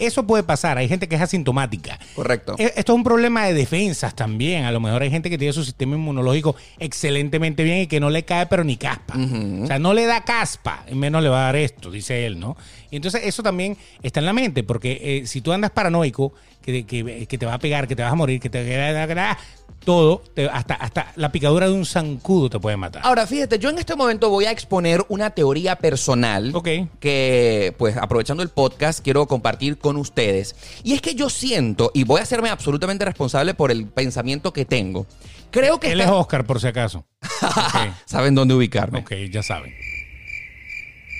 S2: Eso puede pasar. Hay gente que es asintomática.
S1: Correcto.
S2: E- Esto es un problema de defensas también. A lo mejor hay gente que tiene su sistema inmunológico excelentemente bien y que no le cae pero ni caspa. O sea, no le da caspa, menos le va a dar esto, dice él, ¿no? Y entonces eso también está en la mente, porque eh, si tú andas paranoico, que, que- que te va a pegar, que te vas a morir, que te todo, te- hasta, hasta la picadura de un zancudo te puede matar.
S1: Ahora, fíjate, yo en este momento voy a exponer una teoría personal
S2: Ok.
S1: que, pues, aprovechando el podcast, quiero compartir con ustedes. Y es que yo siento, y voy a hacerme absolutamente responsable por el pensamiento que tengo, creo que...
S2: él es
S1: esta-
S2: Oscar, por si acaso. Ok,
S1: Saben dónde ubicarme.
S2: ok, ya saben.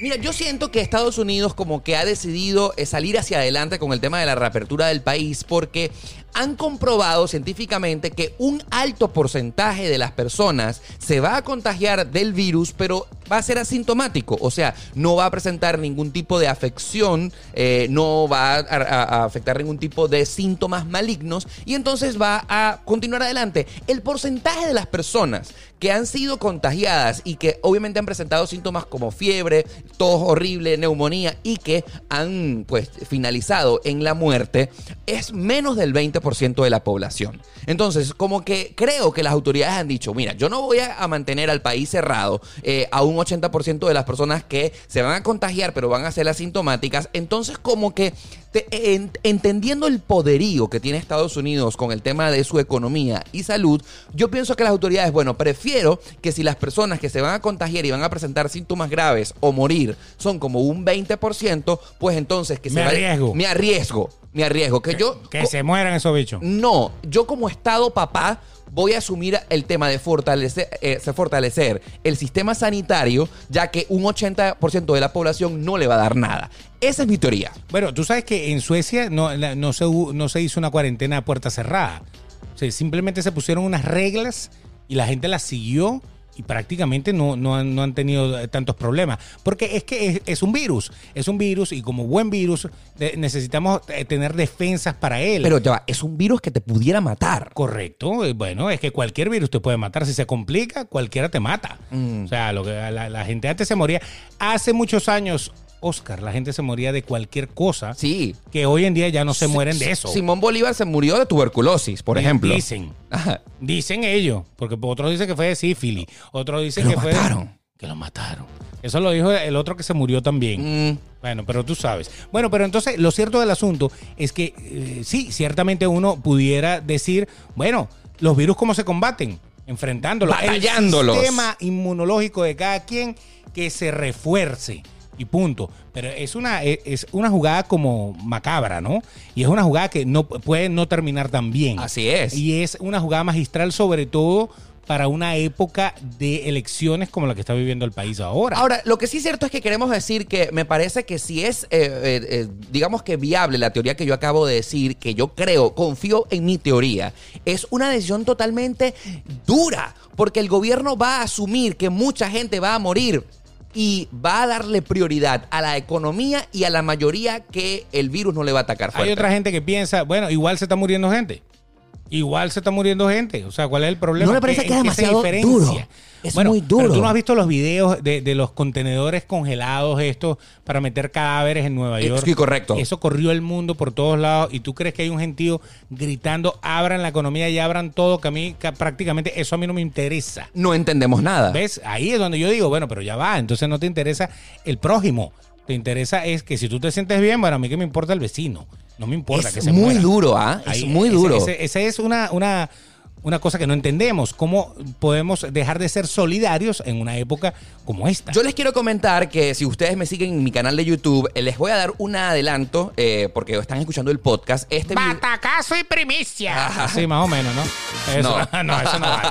S1: Mira, yo siento que Estados Unidos como que ha decidido eh, salir hacia adelante con el tema de la reapertura del país porque han comprobado científicamente que un alto porcentaje de las personas se va a contagiar del virus, pero va a ser asintomático, o sea, no va a presentar ningún tipo de afección, eh, no va a, a- a afectar ningún tipo de síntomas malignos y entonces va a continuar adelante. El porcentaje de las personas que han sido contagiadas y que obviamente han presentado síntomas como fiebre, tos horrible, neumonía y que han pues finalizado en la muerte es menos del 20% de la población. Entonces, como que creo que las autoridades han dicho, mira, yo no voy a a mantener al país cerrado eh, a un 80% de las personas que se van a contagiar pero van a ser asintomáticas. Entonces, como que te- en- entendiendo el poderío que tiene Estados Unidos con el tema de su economía y salud, yo pienso que las autoridades, bueno, prefiero que si las personas que se van a contagiar y van a presentar síntomas graves o morir son como un 20%, pues entonces que se
S2: Me
S1: vaya-
S2: arriesgo.
S1: Me arriesgo. Me arriesgo. Que yo.
S2: Que se mueran esos bichos.
S1: No, yo como Estado papá voy a asumir el tema de fortalecer, eh, se- fortalecer el sistema sanitario, ya que un 80% de la población no le va a dar nada. Esa es mi teoría.
S2: Bueno, tú sabes que en Suecia no, la- no, se, hu- no se hizo una cuarentena a puerta cerrada. O sea, simplemente se pusieron unas reglas y la gente las siguió y prácticamente no, no, han, no han tenido eh, tantos problemas. Porque es que es, es un virus. Es un virus y como buen virus de- necesitamos eh, tener defensas para él.
S1: Pero ya va, es un virus que te pudiera matar.
S2: Correcto, eh, bueno, es que cualquier virus te puede matar. Si se complica, cualquiera te mata. O sea, lo que, la, la gente antes se moría. Hace muchos años, Oscar, la gente se moría de cualquier cosa
S1: Sí.
S2: que hoy en día ya no se mueren de eso.
S1: Simón Bolívar se murió de tuberculosis, por ejemplo.
S2: Dicen.
S1: Ajá.
S2: Dicen ellos. Porque otros dicen que fue de sífilis. Otros dicen
S1: Que
S2: que,
S1: lo
S2: fue.
S1: mataron.
S2: Que lo mataron. Eso lo dijo el otro que se murió también.
S1: Mm,
S2: Bueno, pero tú sabes. Bueno, pero entonces lo cierto del asunto es que eh, sí, ciertamente uno pudiera decir, bueno, los virus cómo se combaten, enfrentándolos,
S1: Batallándolos.
S2: el sistema inmunológico de cada quien que se refuerce y punto. Pero es una es- es una jugada como macabra, ¿no? Y es una jugada que no puede no terminar tan bien.
S1: Así es.
S2: Y es una jugada magistral sobre todo para una época de elecciones como la que está viviendo el país ahora.
S1: Ahora, lo que sí es cierto es que queremos decir que me parece que si es, eh, eh, eh, digamos que viable la teoría que yo acabo de decir, que yo creo, confío en mi teoría, es una decisión totalmente dura, porque el gobierno va a asumir que mucha gente va a morir. Y va a darle prioridad a la economía y a la mayoría que el virus no le va a atacar fuerte.
S2: Hay otra gente que piensa, bueno, igual se está muriendo gente. Igual se está muriendo gente. O sea, ¿cuál es el problema?
S1: No me parece
S2: ¿Qué-
S1: que es
S2: en qué se
S1: demasiado
S2: diferencia?
S1: duro. Es muy duro.
S2: pero tú no has visto los videos de, de los contenedores congelados estos para meter cadáveres en Nueva
S1: Es
S2: York.
S1: que correcto.
S2: Eso corrió el mundo por todos lados y tú crees que hay un gentío gritando, abran la economía y abran todo, que a mí que prácticamente eso a mí no me interesa.
S1: No entendemos nada.
S2: ¿Ves? Ahí es donde yo digo, bueno, pero ya va, entonces no te interesa el prójimo. Te interesa es que si tú te sientes bien, bueno, a mí que me importa el vecino. No me importa
S1: es
S2: que se
S1: muy
S2: muera.
S1: duro, ¿ah? Es
S2: Ahí,
S1: muy
S2: ese-
S1: duro.
S2: ese- Esa es una, una, una cosa que no entendemos. ¿Cómo podemos dejar de ser solidarios en una época como esta?
S1: Yo les quiero comentar que si ustedes me siguen en mi canal de YouTube, eh, les voy a dar un adelanto, eh, porque están escuchando el podcast. Este vi-
S2: Batacazo y primicia.
S1: Ah.
S2: Así más o menos, ¿no? Eso, no. eso no vale.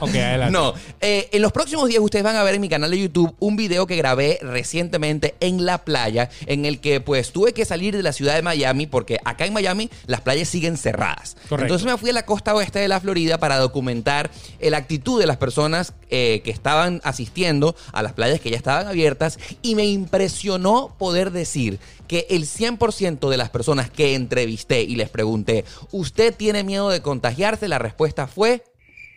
S2: Ok, adelante.
S1: No, eh, en los próximos días ustedes van a ver en mi canal de YouTube un video que grabé recientemente en la playa, en el que pues tuve que salir de la ciudad de Miami, porque acá en Miami las playas siguen cerradas.
S2: Correcto.
S1: Entonces me fui a la costa oeste de la Florida. medida para documentar la actitud de las personas eh, que estaban asistiendo a las playas que ya estaban abiertas y me impresionó poder decir que el 100% de las personas que entrevisté y les pregunté, ¿usted tiene miedo de contagiarse? La respuesta fue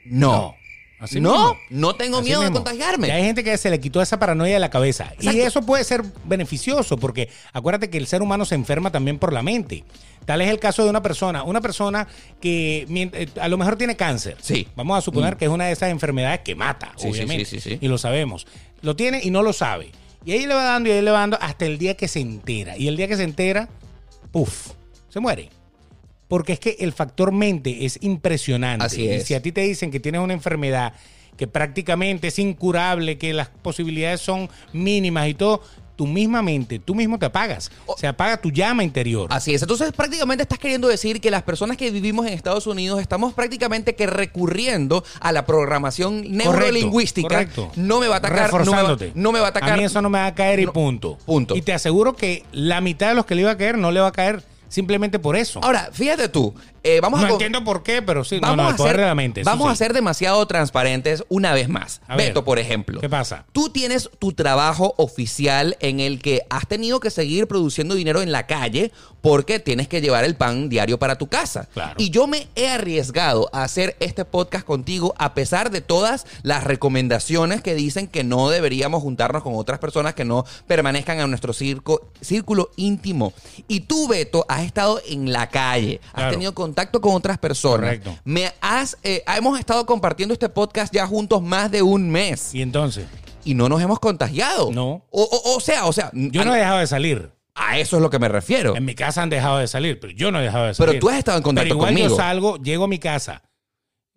S1: no.
S2: No. Así
S1: no,
S2: mismo.
S1: no tengo
S2: Así
S1: miedo de
S2: mismo.
S1: contagiarme.
S2: Ya hay gente que se le quitó esa paranoia de la cabeza. Y
S1: Exacto.
S2: eso puede ser beneficioso, porque acuérdate que el ser humano se enferma también por la mente. Tal es el caso de una persona, una persona que mient- eh, a lo mejor tiene cáncer.
S1: Sí. Mm.
S2: Vamos a suponer que es una de esas enfermedades que mata,
S1: Sí, sí,
S2: obviamente.
S1: sí, sí, sí.
S2: Y lo sabemos. Lo tiene y no lo sabe. Y ahí le va dando y ahí le va dando hasta el día que se entera. Y el día que se entera, puff, se muere. Porque es que el factor mente es impresionante.
S1: Así
S2: Y
S1: es.
S2: si a ti te dicen que tienes una enfermedad que prácticamente es incurable, que las posibilidades son mínimas y todo, tu misma mente, tú mismo te apagas.
S1: O-
S2: Se apaga tu llama interior.
S1: Así es. Entonces, prácticamente estás queriendo decir que las personas que vivimos en Estados Unidos estamos prácticamente que recurriendo a la programación neurolingüística.
S2: correcto.
S1: No me va a atacar. No me va,
S2: Reforzándote.
S1: no me va a
S2: A
S1: atacar.
S2: mí eso no me va a caer y
S1: No.
S2: punto.
S1: Punto.
S2: Y te aseguro que la mitad de los que le iba a caer no le va a caer simplemente por eso.
S1: Ahora, fíjate tú. eh, vamos
S2: no
S1: a con-
S2: entiendo por qué, pero sí.
S1: Vamos,
S2: no, no,
S1: a,
S2: el poder
S1: ser,
S2: de la mente. eso
S1: vamos a
S2: sí.
S1: ser demasiado transparentes una vez más.
S2: A ver,
S1: Beto, por ejemplo.
S2: ¿Qué pasa?
S1: Tú tienes tu trabajo oficial en el que has tenido que seguir produciendo dinero en la calle porque tienes que llevar el pan diario para tu casa.
S2: Claro.
S1: Y yo me he arriesgado a hacer este podcast contigo a pesar de todas las recomendaciones que dicen que no deberíamos juntarnos con otras personas que no permanezcan en nuestro circo, círculo íntimo. Y tú, Beto, has estado en la calle, has
S2: Claro.
S1: tenido contacto con otras personas.
S2: Correcto.
S1: Me has, eh, hemos estado compartiendo este podcast ya juntos más de un mes
S2: Y entonces,
S1: y no nos hemos contagiado.
S2: No.
S1: O, o- o sea, o sea,
S2: yo
S1: a,
S2: no he dejado de salir.
S1: a eso es lo que me refiero.
S2: En mi casa han dejado de salir, pero yo no he dejado de salir.
S1: Pero tú has estado en contacto
S2: Pero igual
S1: conmigo.
S2: yo salgo, llego a mi casa.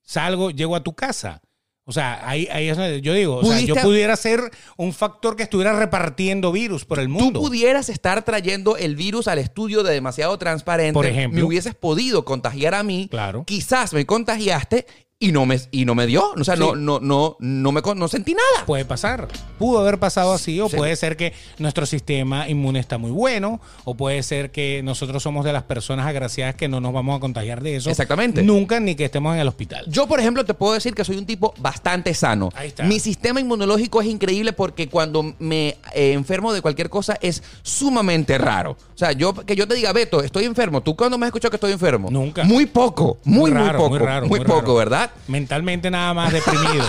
S2: Salgo, llego a tu casa. O sea, ahí, ahí es donde yo digo, o sea, yo
S1: Pudiste-
S2: pudiera ser un factor que estuviera repartiendo virus por el
S1: Tú
S2: mundo.
S1: pudieras estar trayendo el virus al estudio de demasiado transparente.
S2: Por ejemplo.
S1: Me hubieses podido contagiar a mí.
S2: Claro.
S1: Quizás me contagiaste y no me, y no me dio. O sea,
S2: Sí.
S1: no, no, no, no me con- no sentí nada.
S2: Puede pasar. Pudo haber pasado así, o
S1: Sí.
S2: puede ser que nuestro sistema inmune está muy bueno, o puede ser que nosotros somos de las personas agraciadas que no nos vamos a contagiar de eso.
S1: Exactamente.
S2: Nunca ni que estemos en el hospital.
S1: Yo, por ejemplo, te puedo decir que soy un tipo bastante sano.
S2: Ahí está.
S1: Mi sistema inmunológico es increíble porque cuando me eh, enfermo de cualquier cosa es sumamente raro. O sea, yo que yo te diga, Beto, estoy enfermo. ¿Tú cuándo me has escuchado que estoy enfermo?
S2: Nunca.
S1: Muy poco, muy, muy,
S2: raro,
S1: poco. Muy,
S2: raro, muy
S1: poco,
S2: raro.
S1: ¿verdad?
S2: Mentalmente nada más deprimido.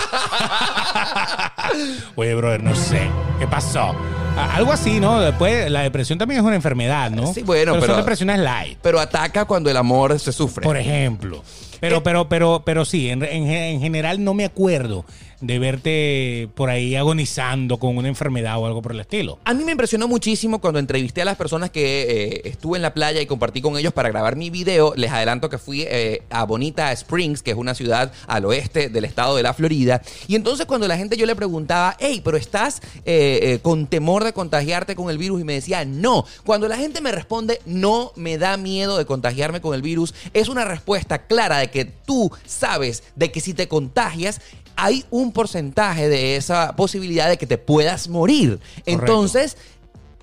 S2: Oye, brother, no sé. ¿Qué pasó? A- Algo así, ¿no? Después, la depresión también es una enfermedad, ¿no?
S1: Sí, bueno, pero-
S2: son depresiones light,
S1: Pero ataca cuando el amor se sufre.
S2: por ejemplo.
S1: Eh.
S2: Pero, pero, pero, pero sí, en, en- en general no me acuerdo de verte por ahí agonizando con una enfermedad o algo por el estilo.
S1: A mí me impresionó muchísimo cuando entrevisté a las personas que eh, estuve en la playa y compartí con ellos para grabar mi video. Les adelanto que fui eh, a Bonita Springs, que es una ciudad al oeste del estado de la Florida. Y entonces cuando la gente yo le preguntaba, hey, pero estás eh, eh, con temor de contagiarte con el virus y me decía, no. Cuando la gente me responde, no me da miedo de contagiarme con el virus, es una respuesta clara de que tú sabes de que si te contagias... Hay un porcentaje de esa posibilidad de que te puedas morir. Entonces,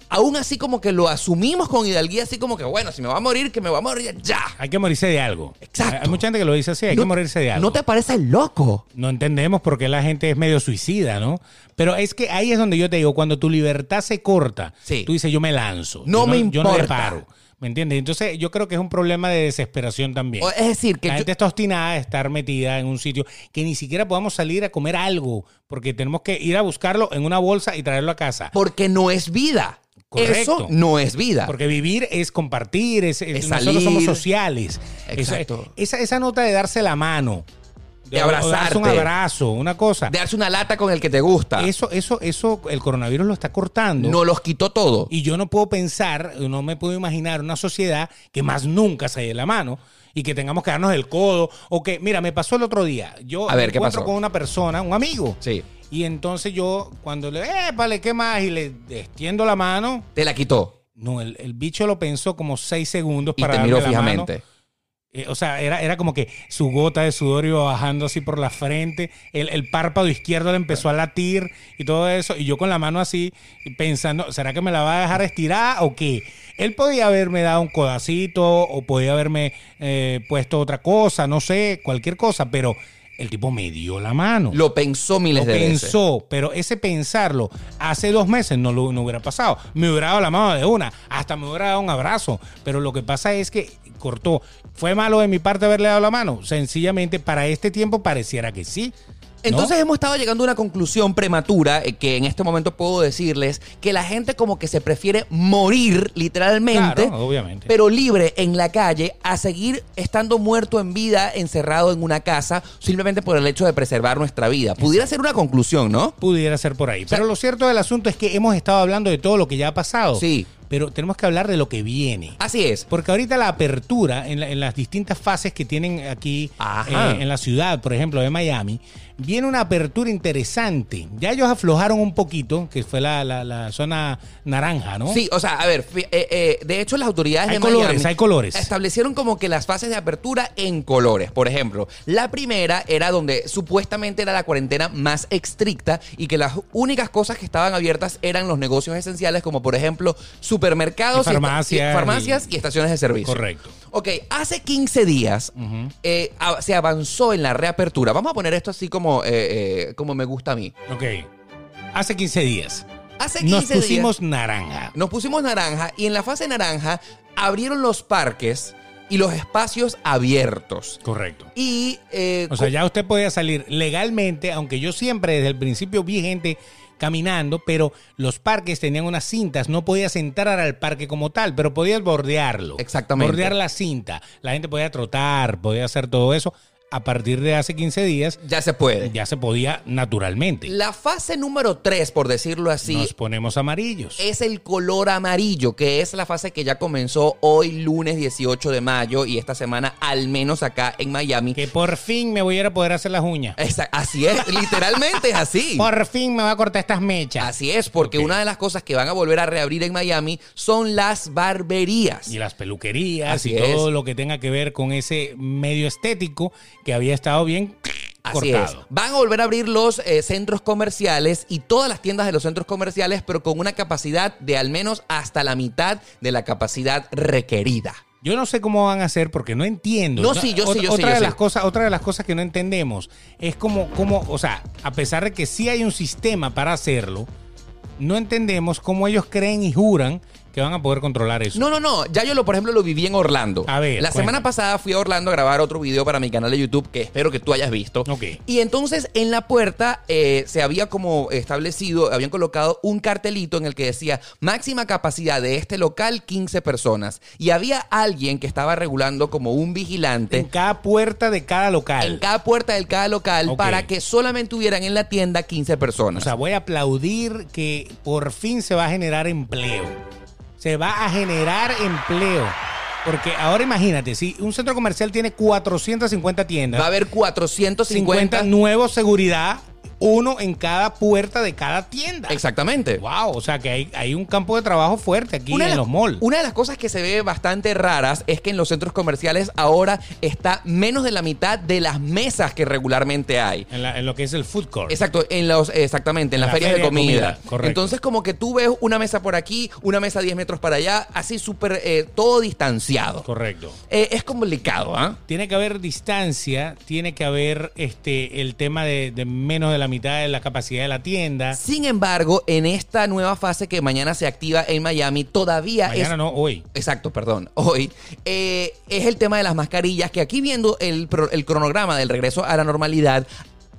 S1: aún así como que lo asumimos con hidalguía, así como que, bueno, si me va a morir, que me va a morir ya.
S2: Hay que morirse de algo.
S1: Exacto.
S2: Hay mucha gente que lo dice así, hay que morirse de algo.
S1: ¿No te parece loco?
S2: No entendemos por qué la gente es medio suicida, ¿no? Pero es que ahí es donde yo te digo, cuando tu libertad se corta,
S1: Sí.
S2: tú dices, yo me lanzo.
S1: No
S2: yo
S1: me
S2: Yo no le
S1: importa.
S2: paro. ¿Me entiendes? Entonces yo creo que es un problema de desesperación también.
S1: O- Es decir, que
S2: la
S1: yo-
S2: gente está obstinada de estar metida en un sitio que ni siquiera podamos salir a comer algo, porque tenemos que ir a buscarlo en una bolsa y traerlo a casa.
S1: porque no es vida.
S2: Correcto.
S1: Eso no es vida.
S2: Porque vivir es compartir, es, es-
S1: Es
S2: nosotros somos
S1: salir.
S2: sociales. Eso-
S1: Exacto.
S2: esa, esa nota de darse la mano,
S1: De
S2: o darse un
S1: abrazarte.
S2: abrazo, una cosa.
S1: De darse una lata con el que te gusta.
S2: Eso, eso, eso, el coronavirus lo está cortando.
S1: No los quitó todo.
S2: Y yo no puedo pensar, no me puedo imaginar una sociedad que más nunca se dé la mano y que tengamos que darnos el codo. O que, mira, me pasó el otro día. Yo
S1: A ver,
S2: me
S1: ¿qué
S2: encuentro
S1: pasó?
S2: con una persona, un amigo.
S1: Sí.
S2: Y entonces yo, cuando le, eh, vale, ¿qué más? Y le extiendo la mano.
S1: Te la quitó.
S2: No, el, el bicho lo pensó como seis segundos
S1: Y
S2: para
S1: te
S2: darme
S1: miró
S2: la mano.
S1: fijamente.
S2: Eh, o sea, era, era como que su gota de sudor iba bajando así por la frente, el, el párpado izquierdo le empezó a latir y todo eso, y yo con la mano así pensando, ¿será que me la va a dejar estirada o qué? Él podía haberme dado un codacito o podía haberme eh, puesto otra cosa, no sé, cualquier cosa, pero el tipo me dio la mano.
S1: Lo pensó miles
S2: Lo
S1: de veces.
S2: pensó, pero ese pensarlo hace dos meses no lo no hubiera pasado. Me hubiera dado la mano de una, hasta me hubiera dado un abrazo. Pero lo que pasa es que cortó. ¿Fue malo de mi parte haberle dado la mano? Sencillamente, para este tiempo pareciera que sí. ¿no?
S1: Entonces hemos estado llegando a una conclusión prematura eh, que en este momento puedo decirles que la gente como que se prefiere morir literalmente,
S2: Claro, obviamente.
S1: pero libre en la calle a seguir estando muerto en vida, encerrado en una casa, simplemente por el hecho de preservar nuestra vida. Pudiera ser una conclusión, ¿no?
S2: pudiera ser por ahí. Pero lo cierto del asunto es que hemos estado hablando de todo lo que ya ha pasado.
S1: Sí.
S2: Pero tenemos que hablar de lo que viene.
S1: Así es.
S2: Porque ahorita la apertura en, la- en las distintas fases que tienen aquí
S1: Ajá.
S2: eh, en la ciudad, por ejemplo, de Miami, viene una apertura interesante. Ya ellos aflojaron un poquito, que fue la, la- la zona naranja, ¿no?
S1: Sí, o sea, a ver, fi- eh, eh, de hecho las autoridades
S2: Hay
S1: de
S2: colores,
S1: Miami
S2: hay colores.
S1: establecieron como que las fases de apertura en colores. Por ejemplo, la primera era donde supuestamente era la cuarentena más estricta y que las únicas cosas que estaban abiertas eran los negocios esenciales como por ejemplo supermercados,
S2: Y
S1: esta-
S2: farmacias
S1: y,
S2: y-
S1: farmacias y estaciones de servicio.
S2: Correcto.
S1: Ok, hace 15 días eh, a- se avanzó en la reapertura. Vamos a poner esto así como, eh, eh, como me gusta a mí.
S2: Ok. Hace 15 días
S1: Hace 15
S2: nos
S1: días...
S2: pusimos naranja.
S1: Nos pusimos naranja y en la fase naranja abrieron los parques y los espacios abiertos.
S2: Correcto.
S1: Y eh,
S2: O sea, ya usted podía salir legalmente, aunque yo siempre desde el principio vi gente caminando, pero los parques tenían unas cintas, no podías entrar al parque como tal, pero podías bordearlo.
S1: Exactamente.
S2: Bordear la cinta. La gente podía trotar, podía hacer todo eso. A partir de hace 15 días
S1: ya se puede.
S2: ya se podía naturalmente.
S1: La fase número 3, por decirlo así,
S2: Nos ponemos amarillos.
S1: es el color amarillo, que es la fase que ya comenzó hoy lunes 18 de mayo y esta semana al menos acá en Miami.
S2: Que por fin me voy a ir a poder hacer las uñas.
S1: Esa- así es, literalmente es así.
S2: Por fin me voy a cortar estas mechas.
S1: Así es, porque
S2: Ok.
S1: una de las cosas que van a volver a reabrir en Miami son las barberías.
S2: y las peluquerías
S1: Así
S2: y todo
S1: es.
S2: lo que tenga que ver con ese medio estético que había estado bien
S1: Así es.
S2: cortado.
S1: Van a volver a abrir los eh, centros comerciales y todas las tiendas de los centros comerciales, pero con una capacidad de al menos hasta la mitad de la capacidad requerida.
S2: Yo no sé cómo van a hacer porque no entiendo.
S1: No, sí, yo
S2: Ot-
S1: sí, yo sí,
S2: otra
S1: yo
S2: de
S1: sí.
S2: las cosas, otra de las cosas que no entendemos es como, como, o sea, a pesar de que sí hay un sistema para hacerlo, no entendemos cómo ellos creen y juran que van a poder controlar eso.
S1: No, no, no. Ya yo, lo, por ejemplo, lo viví en Orlando.
S2: A ver,
S1: La semana
S2: cuéntame.
S1: pasada fui a Orlando a grabar otro video para mi canal de YouTube que espero que tú hayas visto.
S2: Ok.
S1: Y entonces en la puerta eh, se había como establecido, habían colocado un cartelito en el que decía máxima capacidad de este local 15 personas. Y había alguien que estaba regulando como un vigilante.
S2: En cada puerta de cada local.
S1: en cada puerta del cada local
S2: Ok.
S1: para que solamente hubieran en la tienda 15
S2: O
S1: personas.
S2: sea, voy a aplaudir que por fin se va a generar empleo. Se va a generar empleo. Porque ahora imagínate, si un centro comercial tiene 450 tiendas,
S1: Va a haber
S2: 50,
S1: 450.
S2: nuevos seguridad, uno en cada puerta de cada tienda.
S1: Exactamente.
S2: Wow, o sea que hay, hay un campo de trabajo fuerte aquí en
S1: de las-
S2: los malls.
S1: una de las cosas que se ve bastante raras es que en los centros comerciales ahora está menos de la mitad de las mesas que regularmente hay.
S2: En, la- en lo que es el food court.
S1: Exacto, en los, exactamente, en, las
S2: En la
S1: ferias de
S2: feria de
S1: comida.
S2: comida, correcto.
S1: Entonces, como que tú ves una mesa por aquí, una mesa 10 metros para allá, así súper, eh, todo distanciado.
S2: Correcto.
S1: Eh, es complicado, ¿ah?
S2: Tiene que haber distancia, tiene que haber este el tema de, de menos de la mitad de la capacidad de la tienda.
S1: Sin embargo, en esta nueva fase que mañana se activa en Miami, todavía
S2: Mañana
S1: es.
S2: no, hoy.
S1: Exacto, perdón. Hoy eh, es el tema de las mascarillas, que aquí viendo el, pro- el cronograma del regreso a la normalidad,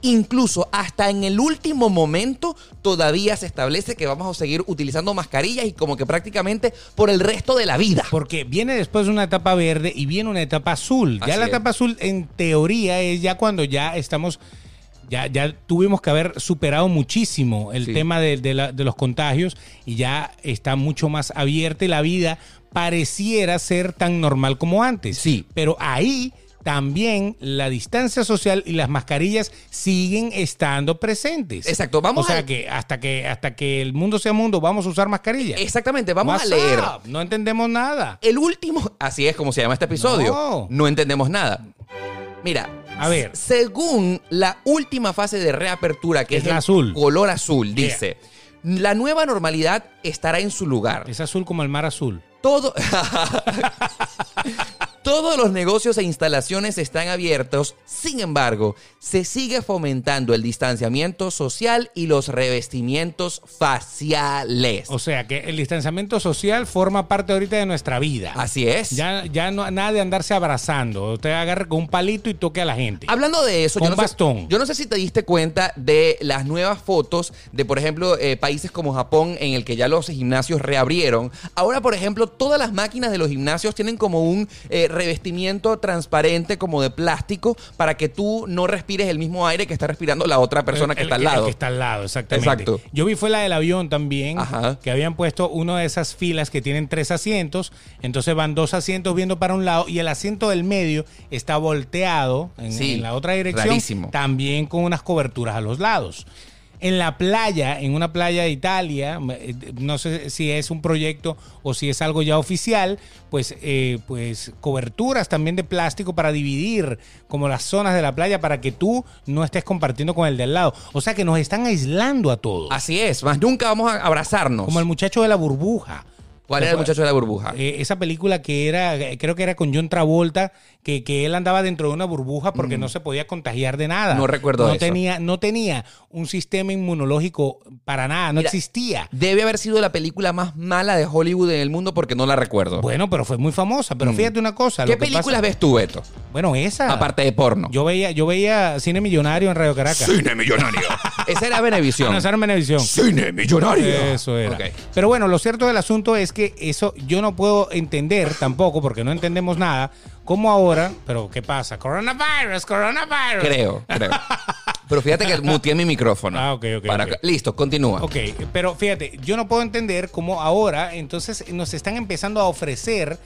S1: incluso hasta en el último momento todavía se establece que vamos a seguir utilizando mascarillas y como que prácticamente por el resto de la vida.
S2: Porque viene después una etapa verde y viene una etapa azul. Ya
S1: Así
S2: la
S1: es.
S2: etapa azul, en teoría, es ya cuando ya estamos. Ya, ya tuvimos que haber superado muchísimo el
S1: Sí.
S2: tema de, de la- de los contagios y ya está mucho más abierta y la vida pareciera ser tan normal como antes.
S1: Sí.
S2: Pero ahí también la distancia social y las mascarillas siguen estando presentes.
S1: Exacto, vamos
S2: O sea
S1: a-
S2: que hasta que hasta que el mundo sea mundo vamos a usar mascarillas.
S1: Exactamente, vamos
S2: What's
S1: a leer.
S2: up? No entendemos nada.
S1: El último, así es como se llama este episodio.
S2: No.
S1: entendemos nada. Mira,
S2: A ver.
S1: s- según la última fase de reapertura, que
S2: Es
S1: es,
S2: la
S1: el
S2: azul.
S1: color azul,
S2: Yeah.
S1: dice, la nueva normalidad estará en su lugar.
S2: Es azul como el mar azul.
S1: Todo- Todos los negocios e instalaciones están abiertos, sin embargo, se sigue fomentando el distanciamiento social y los revestimientos faciales.
S2: O sea que el distanciamiento social forma parte ahorita de nuestra vida.
S1: Así es.
S2: Ya, ya no, nada de andarse abrazando. Usted agarre con un palito y toque a la gente.
S1: Hablando de eso, yo
S2: Con
S1: no, sé-
S2: bastón.
S1: yo no sé si te diste cuenta de las nuevas fotos de, por ejemplo, eh, países como Japón, en el que ya los gimnasios reabrieron. Ahora, por ejemplo, todas las máquinas de los gimnasios tienen como un eh, revestimiento transparente, como de plástico, para que tú no respires el mismo aire que está respirando la otra persona que
S2: El-
S1: está al
S2: el
S1: lado.
S2: que está al lado, exactamente.
S1: Exacto.
S2: Yo vi fue la del avión también,
S1: Ajá.
S2: que habían puesto una de esas filas que tienen tres asientos, entonces van dos asientos viendo para un lado y el asiento del medio está volteado en,
S1: Sí,
S2: en la otra dirección,
S1: rarísimo.
S2: también con unas coberturas a los lados. En la playa, en una playa de Italia, eh, no sé si es un proyecto o si es algo ya oficial, pues, eh, pues coberturas también de plástico para dividir como las zonas de la playa para que tú no estés compartiendo con el del lado. O sea que nos están aislando a todos.
S1: Así es, más nunca vamos a abrazarnos.
S2: Como el muchacho de la burbuja.
S1: ¿Cuál era el muchacho de la burbuja?
S2: Eh, esa película que era, eh, creo que era con John Travolta, que, que él andaba dentro de una burbuja porque no se podía contagiar de nada.
S1: Mm. No recuerdo
S2: no
S1: eso.
S2: Tenía, no tenía un sistema inmunológico para nada, no
S1: Mira,
S2: existía.
S1: Debe haber sido la película más mala de Hollywood en el mundo porque no la recuerdo.
S2: Bueno, pero fue muy famosa. Pero fíjate una cosa.
S1: Mm. ¿Qué
S2: lo que pasa- Ah.
S1: películas ves tú, Beto?
S2: Bueno, esa.
S1: Aparte de porno.
S2: Yo veía, yo veía Cine Millonario en Radio Caracas.
S1: Cine Millonario. Esa era
S2: En
S1: Benevisión.
S2: Azar Venevisión.
S1: Cine Millonario.
S2: Eso era.
S1: Ok.
S2: Pero bueno, lo cierto del asunto es que eso yo no puedo entender tampoco, porque no entendemos nada, cómo ahora, pero ¿qué pasa? Coronavirus, coronavirus.
S1: Creo, creo. Pero fíjate que muteé mi micrófono.
S2: Ah, ok, ok, ok.
S1: Listo, continúa.
S2: Ok, pero fíjate, yo no puedo entender cómo ahora, entonces nos están empezando a ofrecer,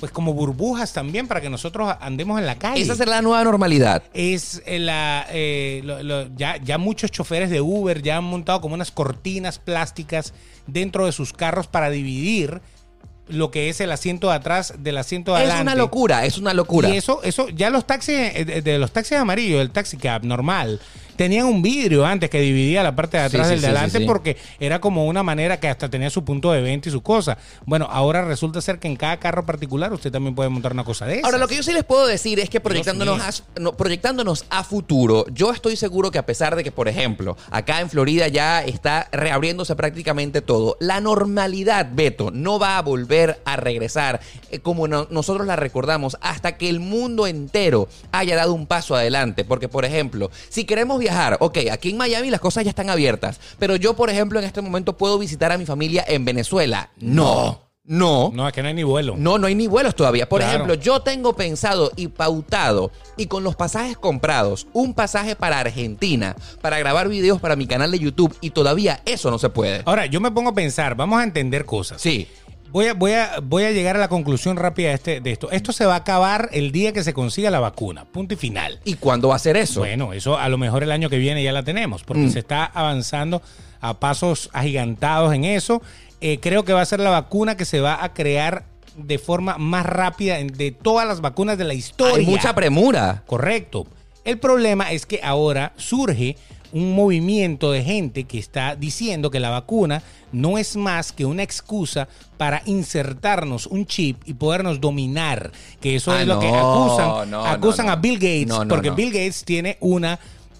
S2: pues como burbujas también, para que nosotros andemos en la calle.
S1: Esa será la nueva normalidad.
S2: es eh, la eh, lo- lo- ya, ya muchos choferes de Uber ya han montado como unas cortinas plásticas dentro de sus carros para dividir lo que es el asiento de atrás del asiento de
S1: Es
S2: adelante.
S1: una locura, es una locura.
S2: Y eso, eso, ya los taxis, eh, de, de los taxis amarillos, el taxi cab normal, tenían un vidrio antes que dividía la parte de
S1: Sí,
S2: atrás
S1: sí,
S2: del de
S1: sí, sí,
S2: adelante
S1: sí.
S2: porque era como una manera que hasta tenía su punto de venta y su cosa. Bueno, ahora resulta ser que en cada carro particular usted también puede montar una cosa de esa.
S1: Ahora, lo que yo sí les puedo decir es que proyectándonos
S2: mío.
S1: a, no, proyectándonos a futuro, yo estoy seguro que a pesar de que, por ejemplo, acá en Florida ya está reabriéndose prácticamente todo, la normalidad, Beto, no va a volver a regresar eh, como no- nosotros la recordamos hasta que el mundo entero haya dado un paso adelante. Porque, por ejemplo, si queremos viajar, ok, aquí en Miami las cosas ya están abiertas, pero yo, por ejemplo, en este momento puedo visitar a mi familia en Venezuela. No. No,
S2: No, es que no hay ni vuelo.
S1: no, no hay ni vuelos todavía. Por
S2: Claro.
S1: ejemplo, yo tengo pensado y pautado y con los pasajes comprados, un pasaje para Argentina, para grabar videos para mi canal de YouTube y todavía eso no se puede.
S2: Ahora, yo me pongo a pensar, vamos a entender cosas.
S1: Sí.
S2: Voy a, voy a, voy a llegar a la conclusión rápida de, este, de esto. Esto se va a acabar el día que se consiga la vacuna. Punto y final.
S1: ¿Y cuándo va a ser eso? Mm.
S2: Bueno, eso a lo mejor el año que viene ya la tenemos, porque se está avanzando a pasos agigantados en eso. Eh, creo que va a ser la vacuna que se va a crear de forma más rápida en- de todas las vacunas de la historia.
S1: hay mucha premura.
S2: Correcto. El problema es que ahora surge un movimiento de gente que está diciendo que la vacuna no es más que una excusa para insertarnos un chip y podernos dominar. Que eso
S1: Ah,
S2: es lo que
S1: no,
S2: acusan.
S1: no,
S2: acusan
S1: no,
S2: a
S1: no.
S2: Bill Gates
S1: No, no,
S2: porque
S1: no.
S2: Bill Gates tiene una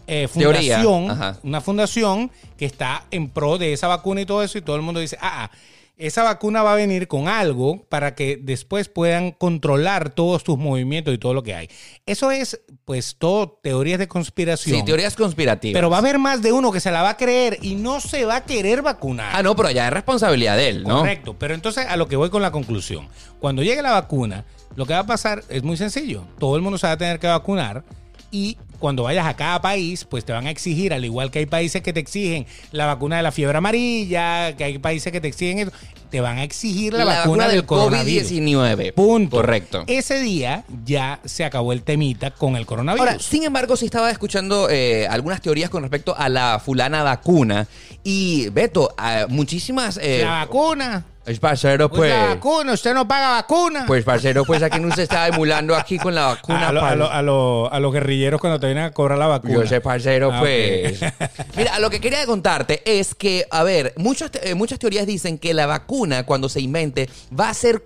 S2: eh,
S1: Teoría,
S2: fundación,
S1: ajá.
S2: una fundación que está en pro de esa vacuna y todo eso y todo el mundo dice, ah, ah, esa vacuna va a venir con algo para que después puedan controlar todos tus movimientos y todo lo que hay. Eso es, pues, todo teorías de conspiración.
S1: Sí, teorías conspirativas.
S2: pero va a haber más de uno que se la va a creer y no se va a querer vacunar.
S1: Ah, no, pero ya es responsabilidad de él, ¿no?
S2: Correcto, pero entonces a lo que voy con la conclusión. Cuando llegue la vacuna, lo que va a pasar es muy sencillo. Todo el mundo se va a tener que vacunar y cuando vayas a cada país, pues te van a exigir, al igual que hay países que te exigen la vacuna de la fiebre amarilla, que hay países que te exigen eso, te van a exigir la, vacuna, del coronavirus.
S1: COVID-19.
S2: Punto. Eh,
S1: Correcto.
S2: Ese día ya se acabó el temita con el coronavirus.
S1: Ahora, sin embargo, sí estaba escuchando eh, algunas teorías con respecto a la fulana vacuna. Y, Beto, a muchísimas... eh,
S2: la vacuna.
S1: es parcero, pues...
S2: Pues, la vacuna, usted no paga vacuna.
S1: Pues, parcero, pues aquí no se está emulando aquí con la vacuna.
S2: a, lo- a
S1: pal.
S2: lo- a lo- a los guerrilleros cuando te vienen a cobrar la vacuna.
S1: Yo sé, parcero,
S2: Ah, ok.
S1: pues. Mira, lo que quería contarte es que, a ver, muchas, te- eh, muchas teorías dicen que la vacuna, cuando se invente, va a ser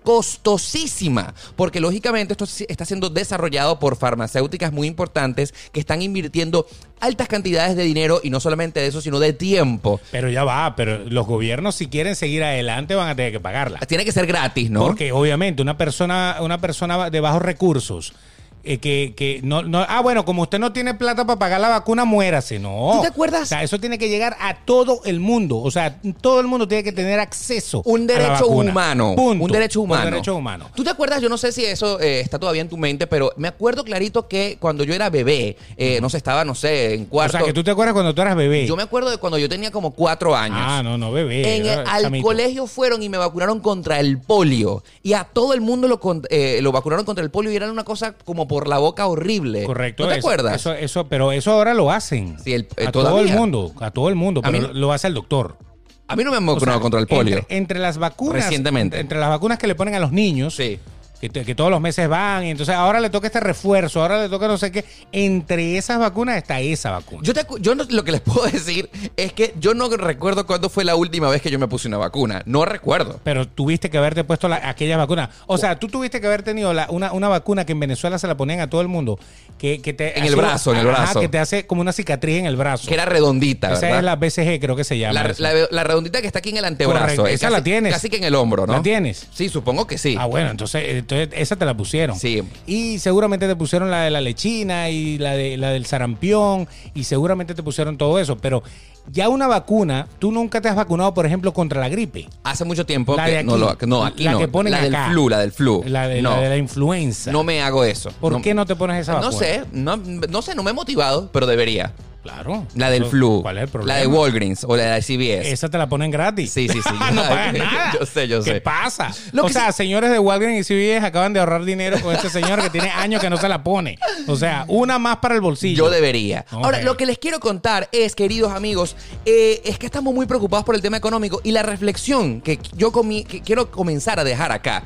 S1: costosísima. Porque, lógicamente, esto sí está siendo desarrollado por farmacéuticas muy importantes que están invirtiendo altas cantidades de dinero y no solamente de eso, sino de tiempo.
S2: Pero ya va, pero los gobiernos si quieren seguir adelante van a tener que pagarla.
S1: Tiene que ser gratis, ¿no?
S2: Porque obviamente una persona, una persona de bajos recursos eh, que, que no, no- ah bueno, como usted no tiene plata para pagar la vacuna, muérase, no.
S1: ¿Tú te acuerdas?
S2: O sea, eso tiene que llegar a todo el mundo, o sea, todo el mundo tiene que tener acceso
S1: un
S2: a la
S1: derecho
S2: vacuna.
S1: humano.
S2: Punto.
S1: Un derecho humano.
S2: Un derecho humano.
S1: ¿Tú te acuerdas? Yo no sé si eso eh, está todavía en tu mente, pero me acuerdo clarito que cuando yo era bebé, eh, no sé, estaba, no sé, en
S2: O
S1: cuarto.
S2: sea, que tú te acuerdas cuando tú eras bebé.
S1: Yo me acuerdo de cuando yo tenía como cuatro años.
S2: Ah, no, no, bebé.
S1: En
S2: era
S1: el- al
S2: chamito.
S1: colegio fueron y me vacunaron contra el polio. Y a todo el mundo lo, con- eh, lo vacunaron contra el polio y era una cosa como por la boca horrible.
S2: Correcto.
S1: ¿No Eh, te
S2: eso-
S1: acuerdas?
S2: Eso, eso, pero eso ahora lo hacen.
S1: Sí, el- eh,
S2: a todo el
S1: todavía.
S2: mundo, a todo el mundo,
S1: A
S2: pero
S1: mí-
S2: lo hace el doctor.
S1: a mí no me han
S2: O sea,
S1: vacunado contra el polio.
S2: Entre, entre las vacunas.
S1: Recientemente.
S2: Entre las vacunas que le ponen a los niños.
S1: Sí.
S2: Que, te- que todos los meses van, y entonces ahora le toca este refuerzo, ahora le toca no sé qué. Entre esas vacunas está esa vacuna.
S1: Yo, te acu- yo no- lo que les puedo decir es que yo no recuerdo cuándo fue la última vez que yo me puse una vacuna. No recuerdo.
S2: pero tuviste que haberte puesto la, aquellas vacunas. O sea, tú tuviste que haber tenido la- una, una vacuna que en Venezuela se la ponían a todo el mundo. Que, que te
S1: En el brazo, en el
S2: Ajá,
S1: brazo.
S2: que te hace como una cicatriz en el brazo.
S1: Que era redondita,
S2: esa
S1: ¿verdad?
S2: es la BCG, creo que se llama.
S1: La,
S2: esa.
S1: la- la redondita que está aquí en el antebrazo.
S2: Correcto,
S1: eh,
S2: esa la tienes.
S1: Casi que en el hombro, ¿no?
S2: ¿La tienes?
S1: Sí, supongo que sí.
S2: Ah, bueno, entonces, entonces esa te la pusieron.
S1: Sí.
S2: Y seguramente te pusieron la de la lechina y la, de, la del sarampión y seguramente te pusieron todo eso. Pero ya una vacuna, tú nunca te has vacunado, por ejemplo, contra la gripe.
S1: Hace mucho tiempo
S2: La
S1: que
S2: de aquí.
S1: no lo no, aquí
S2: La
S1: no.
S2: que ponen
S1: la del
S2: acá.
S1: flu, la del flu.
S2: La de
S1: no,
S2: la, de la influenza.
S1: no me hago eso.
S2: ¿Por qué no te pones esa vacuna?
S1: No sé, no, no sé, no me he motivado, pero debería.
S2: Claro.
S1: La del
S2: Eso-
S1: flu.
S2: ¿Cuál es el problema?
S1: La de Walgreens o la de CBS.
S2: Esa te la ponen gratis.
S1: Sí, sí, sí.
S2: Ah, no pagas nada.
S1: Yo sé, yo
S2: ¿Qué
S1: sé.
S2: pasa?
S1: Lo
S2: o
S1: que
S2: sea, señores de Walgreens y CVS acaban de ahorrar dinero con este señor que tiene años que no se la pone. O sea, una más para el bolsillo.
S1: Yo debería.
S2: Ok.
S1: Ahora, lo que les quiero contar es, queridos amigos, eh, es que estamos muy preocupados por el tema económico y la reflexión que yo comi- que quiero comenzar a dejar acá.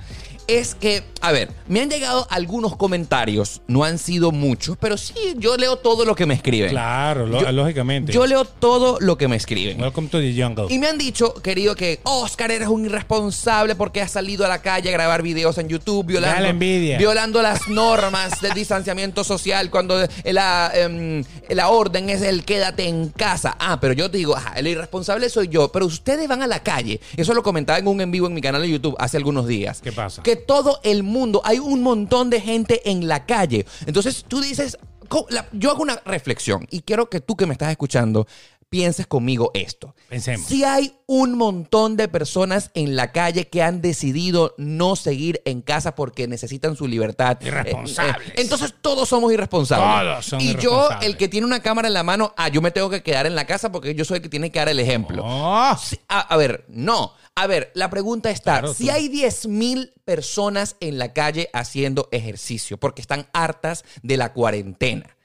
S1: Es que, a ver, me han llegado algunos comentarios, no han sido muchos, pero sí, yo leo todo lo que me escriben.
S2: Claro, lo- lógicamente.
S1: Yo leo todo lo que me escriben.
S2: Welcome to the jungle.
S1: Y me han dicho, querido, que Oscar eres un irresponsable porque has salido a la calle a grabar videos en YouTube violando,
S2: da la envidia.
S1: violando las normas de distanciamiento social cuando la, em, la orden es el quédate en casa. Ah, pero yo digo, ajá, el irresponsable soy yo, pero ustedes van a la calle. Eso lo comentaba en un en vivo en mi canal de YouTube hace algunos días.
S2: ¿Qué pasa?
S1: Que todo el mundo, hay un montón de gente en la calle. Entonces tú dices, co- la- yo hago una reflexión y quiero que tú que me estás escuchando pienses conmigo esto.
S2: Pensemos.
S1: Si hay un montón de personas en la calle que han decidido no seguir en casa porque necesitan su libertad.
S2: Irresponsables.
S1: Eh, eh, entonces todos somos irresponsables.
S2: Todos son
S1: y yo,
S2: irresponsables.
S1: el que tiene una cámara en la mano, ah, yo me tengo que quedar en la casa porque yo soy el que tiene que dar el ejemplo.
S2: Oh,
S1: Sí, A, a ver, no. A ver, la pregunta está,
S2: Claro,
S1: si
S2: tú-
S1: hay 10.000 personas en la calle haciendo ejercicio porque están hartas de la cuarentena,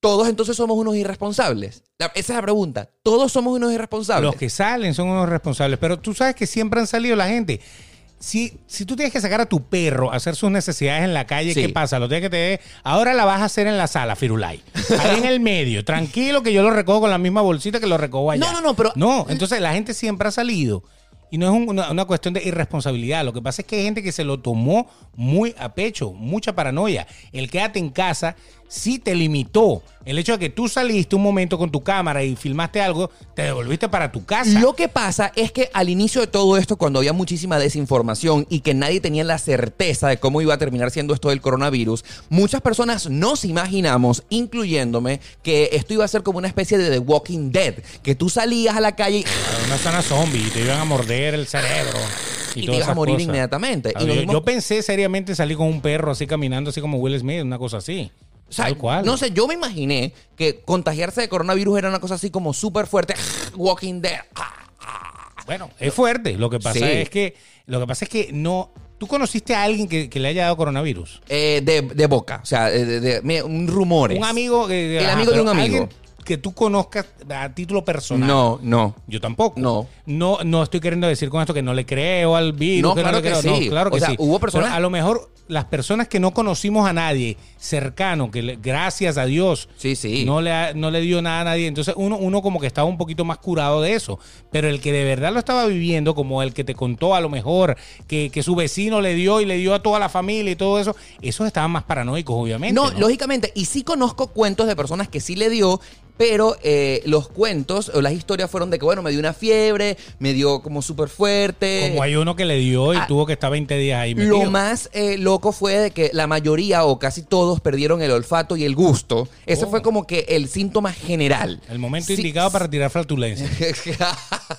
S1: ¿todos entonces somos unos irresponsables? La- esa es la pregunta. ¿Todos somos unos irresponsables?
S2: los que salen son unos responsables. Pero tú sabes que siempre han salido la gente. Si, si tú tienes que sacar a tu perro a hacer sus necesidades en la calle,
S1: Sí.
S2: ¿qué pasa? Lo tienes que tener. Ahora la vas a hacer en la sala, Firulai. Ahí en el medio. Tranquilo que yo lo recojo con la misma bolsita que lo recojo allá.
S1: No, no, no, pero-
S2: No, entonces la gente siempre ha salido. Y no es un- una, una cuestión de irresponsabilidad. Lo que pasa es que hay gente que se lo tomó muy a pecho, mucha paranoia. El quédate en casa sí te limitó. El hecho de que tú saliste un momento con tu cámara y filmaste algo, te devolviste para tu casa.
S1: Lo que pasa es que al inicio de todo esto, cuando había muchísima desinformación y que nadie tenía la certeza de cómo iba a terminar siendo esto del coronavirus, muchas personas nos imaginamos, incluyéndome, que esto iba a ser como una especie de The Walking Dead, que tú salías a la calle y,
S2: Era Una zona zombie y te iban a morder el cerebro.
S1: y
S2: Y,
S1: te
S2: todas
S1: ibas a
S2: esas
S1: morir
S2: cosas.
S1: inmediatamente. Y
S2: Yo,
S1: lo mismo-
S2: yo pensé seriamente salir con un perro así caminando, así como Will Smith, una cosa así.
S1: O sea,
S2: Tal cual.
S1: No sé, yo me imaginé que contagiarse de coronavirus era una cosa así como súper fuerte. Walking Dead.
S2: Bueno, es fuerte. Lo que pasa
S1: Sí.
S2: es que lo que pasa es que no. ¿Tú conociste a alguien que, que le haya dado coronavirus?
S1: Eh, de, de boca. O sea, eh, de, de- me- un rumores.
S2: Un amigo. eh,
S1: El
S2: ajá,
S1: amigo de
S2: pero
S1: un amigo.
S2: alguien que tú conozcas a título personal.
S1: No, no.
S2: Yo tampoco.
S1: No.
S2: No, no estoy queriendo decir con esto que no le creo al virus.
S1: No,
S2: que
S1: claro
S2: le
S1: que
S2: creo. No,
S1: sí.
S2: claro que
S1: O sea,
S2: sí.
S1: hubo personas-
S2: Pero a lo mejor las personas que no conocimos a nadie cercano, que le- gracias a Dios
S1: Sí, sí.
S2: No, le, ha- no le dio nada a nadie. Entonces uno, uno como que estaba un poquito más curado de eso. Pero el que de verdad lo estaba viviendo, como el que te contó a lo mejor, que, que su vecino le dio y le dio a toda la familia y todo eso, esos estaban más paranoicos, obviamente.
S1: No,
S2: ¿no?
S1: lógicamente. Y sí conozco cuentos de personas que sí le dio, pero eh, los cuentos o las historias fueron de que, bueno, me dio una fiebre, me dio como súper fuerte.
S2: Como hay uno que le dio y
S1: Ah,
S2: tuvo que estar 20 días ahí.
S1: Lo
S2: metido.
S1: más eh, loco fue de que la mayoría o casi todos perdieron el olfato y el gusto. Ese
S2: Oh.
S1: fue como que el síntoma general.
S2: El momento
S1: Sí,
S2: indicado para tirar flatulencia.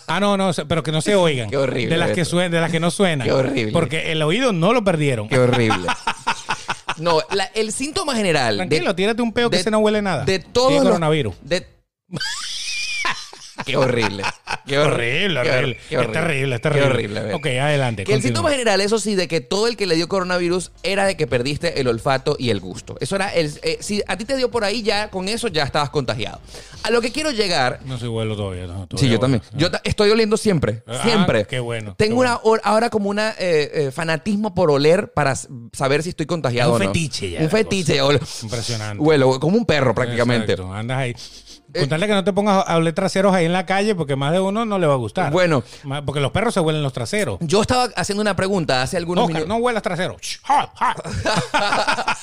S2: Ah, no, no, se- pero que no se oigan.
S1: Qué horrible
S2: De las que
S1: esto.
S2: suenan, de las que no suenan.
S1: Qué horrible.
S2: Porque el oído no lo perdieron. Ah,
S1: Qué horrible. No, la- el síntoma general.
S2: Tranquilo, tírate un peo que
S1: de-
S2: ese no huele nada.
S1: De
S2: Tiene
S1: todo.
S2: coronavirus.
S1: De... Qué horrible. Qué hor-
S2: Horrible,
S1: qué hor-
S2: horrible.
S1: qué
S2: Es terrible, es
S1: Qué
S2: terrible.
S1: horrible,
S2: Ok, adelante,
S1: Que el
S2: continúa.
S1: síntoma general, eso sí, de que todo el que le dio coronavirus era de que perdiste el olfato y el gusto. Eso era el. eh, si a ti te dio por ahí, ya con eso ya estabas contagiado. A lo que quiero llegar.
S2: No soy huelo todavía. no, todavía
S1: Sí, yo
S2: huelo.
S1: también. Yo ta- estoy oliendo siempre.
S2: Ah,
S1: Siempre.
S2: qué bueno, qué
S1: Tengo una hor- ahora como una eh, eh, fanatismo por oler para s- saber si estoy contagiado
S2: Un
S1: o no.
S2: fetiche ya
S1: Un
S2: la cosa.
S1: fetiche. ya olo-
S2: Impresionante.
S1: Huelo como un perro prácticamente. Eh.
S2: Exacto, andas ahí. Contarle que no te pongas a oler traseros ahí en la calle porque más de uno no le va a gustar.
S1: Bueno.
S2: Ma- Porque los perros se huelen los traseros.
S1: Yo estaba haciendo una pregunta hace algunos
S2: Oscar,
S1: minutos.
S2: no huelas traseros. Shh, ja, ja.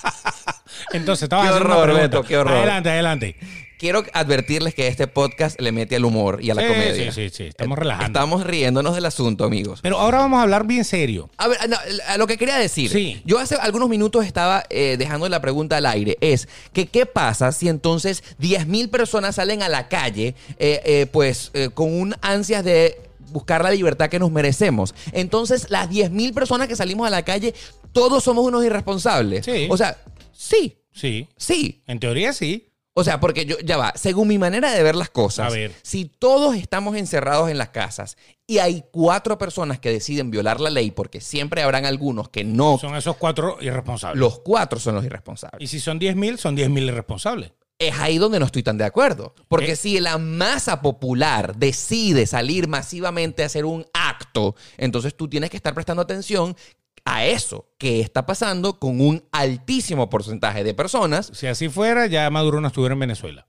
S2: Entonces, estaba
S1: Qué
S2: haciendo una
S1: horror,
S2: pregunta.
S1: Beto, qué horror.
S2: Adelante, adelante.
S1: Quiero advertirles que este podcast le mete al humor y a la
S2: Sí,
S1: comedia. Eh,
S2: sí, sí, sí. Estamos relajando.
S1: Estamos riéndonos del asunto, amigos.
S2: Pero ahora vamos a hablar bien serio.
S1: A ver, no, a lo que quería decir,
S2: Sí.
S1: yo hace algunos minutos estaba eh, dejando la pregunta al aire, es que qué pasa si entonces 10.000 personas salen a la calle eh, eh, pues eh, con un ansias de buscar la libertad que nos merecemos. Entonces las 10.000 personas que salimos a la calle, todos somos unos irresponsables.
S2: Sí.
S1: O sea, sí,
S2: Sí.
S1: sí.
S2: En teoría sí.
S1: O sea, porque yo, ya va, según mi manera de ver las cosas,
S2: A ver.
S1: si todos estamos encerrados en las casas y hay cuatro personas que deciden violar la ley, porque siempre habrán algunos que no,
S2: Son esos cuatro irresponsables.
S1: los cuatro son los irresponsables.
S2: Y si son 10.000, son 10.000 irresponsables.
S1: Es ahí donde no estoy tan de acuerdo. Porque
S2: Eh.
S1: si la masa popular decide salir masivamente a hacer un acto, entonces tú tienes que estar prestando atención a eso que está pasando con un altísimo porcentaje de personas
S2: Si así fuera, ya Maduro no estuviera en Venezuela.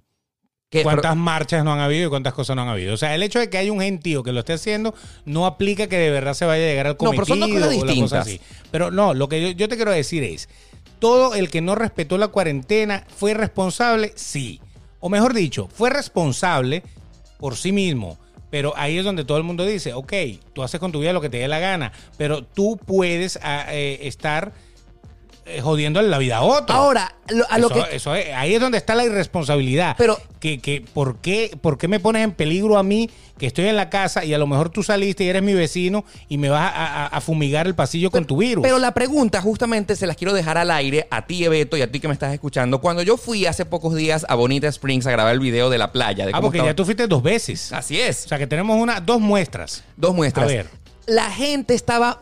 S1: que...
S2: ¿Cuántas marchas no han habido y cuántas cosas no han habido? O sea, el hecho de que haya un gentío que lo esté haciendo no aplica que de verdad se vaya a llegar al
S1: No,
S2: cometido
S1: pero son dos cosas
S2: o la cosa
S1: distintas.
S2: así. Pero no, lo que yo, yo te quiero decir es, todo el que no respetó la cuarentena fue responsable, sí. O mejor dicho, fue responsable por sí mismo. Pero ahí es donde todo el mundo dice, ok, tú haces con tu vida lo que te dé la gana, pero tú puedes ah, eh, estar eh, jodiendo la vida a otro.
S1: Ahora, lo- a lo
S2: Eso-
S1: que...
S2: eso es- ahí es donde está la irresponsabilidad.
S1: Pero-
S2: que, que, ¿por, qué, ¿Por qué me pones en peligro a mí que estoy en la casa y a lo mejor tú saliste y eres mi vecino y me vas a, a- a fumigar el pasillo con tu virus?
S1: Pero la pregunta justamente se las quiero dejar al aire a ti, Ebeto, y a ti que me estás escuchando. Cuando yo fui hace pocos días a Bonita Springs a grabar el video de la playa. De
S2: ah,
S1: cómo
S2: porque
S1: estaba-
S2: ya tú fuiste dos veces.
S1: Así es.
S2: O sea que tenemos una, dos muestras.
S1: Dos muestras.
S2: A ver.
S1: La gente estaba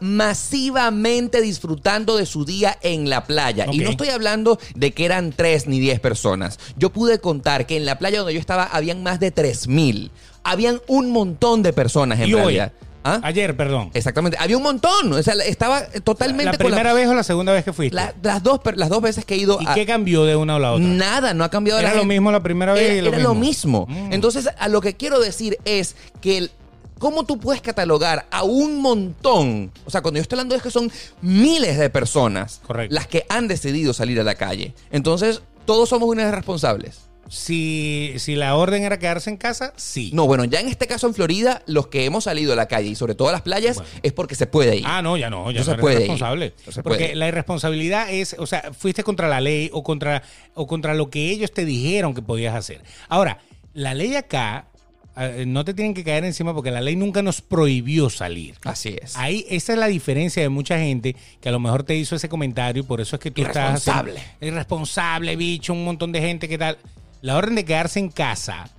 S1: masivamente disfrutando de su día en la playa. Y
S2: Ok.
S1: no estoy hablando de que eran tres ni diez personas. Yo pude contar que en la playa donde yo estaba habían más de tres mil. Habían un montón de personas en
S2: y hoy.
S1: realidad. ¿Ah?
S2: Ayer, perdón.
S1: Exactamente. Había un montón. O sea, estaba totalmente
S2: ¿La
S1: con la-
S2: primera vez o la segunda vez que fuiste?
S1: La- las, dos, per- las dos veces que he ido
S2: ¿Y
S1: a,
S2: qué cambió de una o la otra?
S1: nada, no ha cambiado
S2: Era
S1: la
S2: lo
S1: gente.
S2: mismo la primera vez
S1: Era,
S2: y lo
S1: era
S2: mismo. Mm.
S1: Entonces, a lo que quiero decir es que el- ¿Cómo tú puedes catalogar a un montón? O sea, cuando yo estoy hablando es que son miles de personas
S2: Correcto.
S1: las que han decidido salir a la calle. Entonces, todos somos unos irresponsables.
S2: Si, si la orden era quedarse en casa, sí.
S1: No, bueno, ya en este caso en Florida, los que hemos salido a la calle y sobre todo a las playas
S2: Bueno.
S1: es porque se puede ir.
S2: Ah, no, ya no,
S1: No
S2: ya no,
S1: se
S2: eres
S1: puede ir.
S2: responsable.
S1: No se
S2: Porque
S1: puede.
S2: la irresponsabilidad es, o sea, fuiste contra la ley o contra, o contra lo que ellos te dijeron que podías hacer. Ahora, la ley acá eh, no te tienen que caer encima porque la ley nunca nos prohibió salir.
S1: Así es.
S2: Ahí, esa es la diferencia de mucha gente que a lo mejor te hizo ese comentario y por eso es que tú estás. haciendo-
S1: Irresponsable.
S2: irresponsable, bicho, un montón de gente que tal. La orden de quedarse en casa,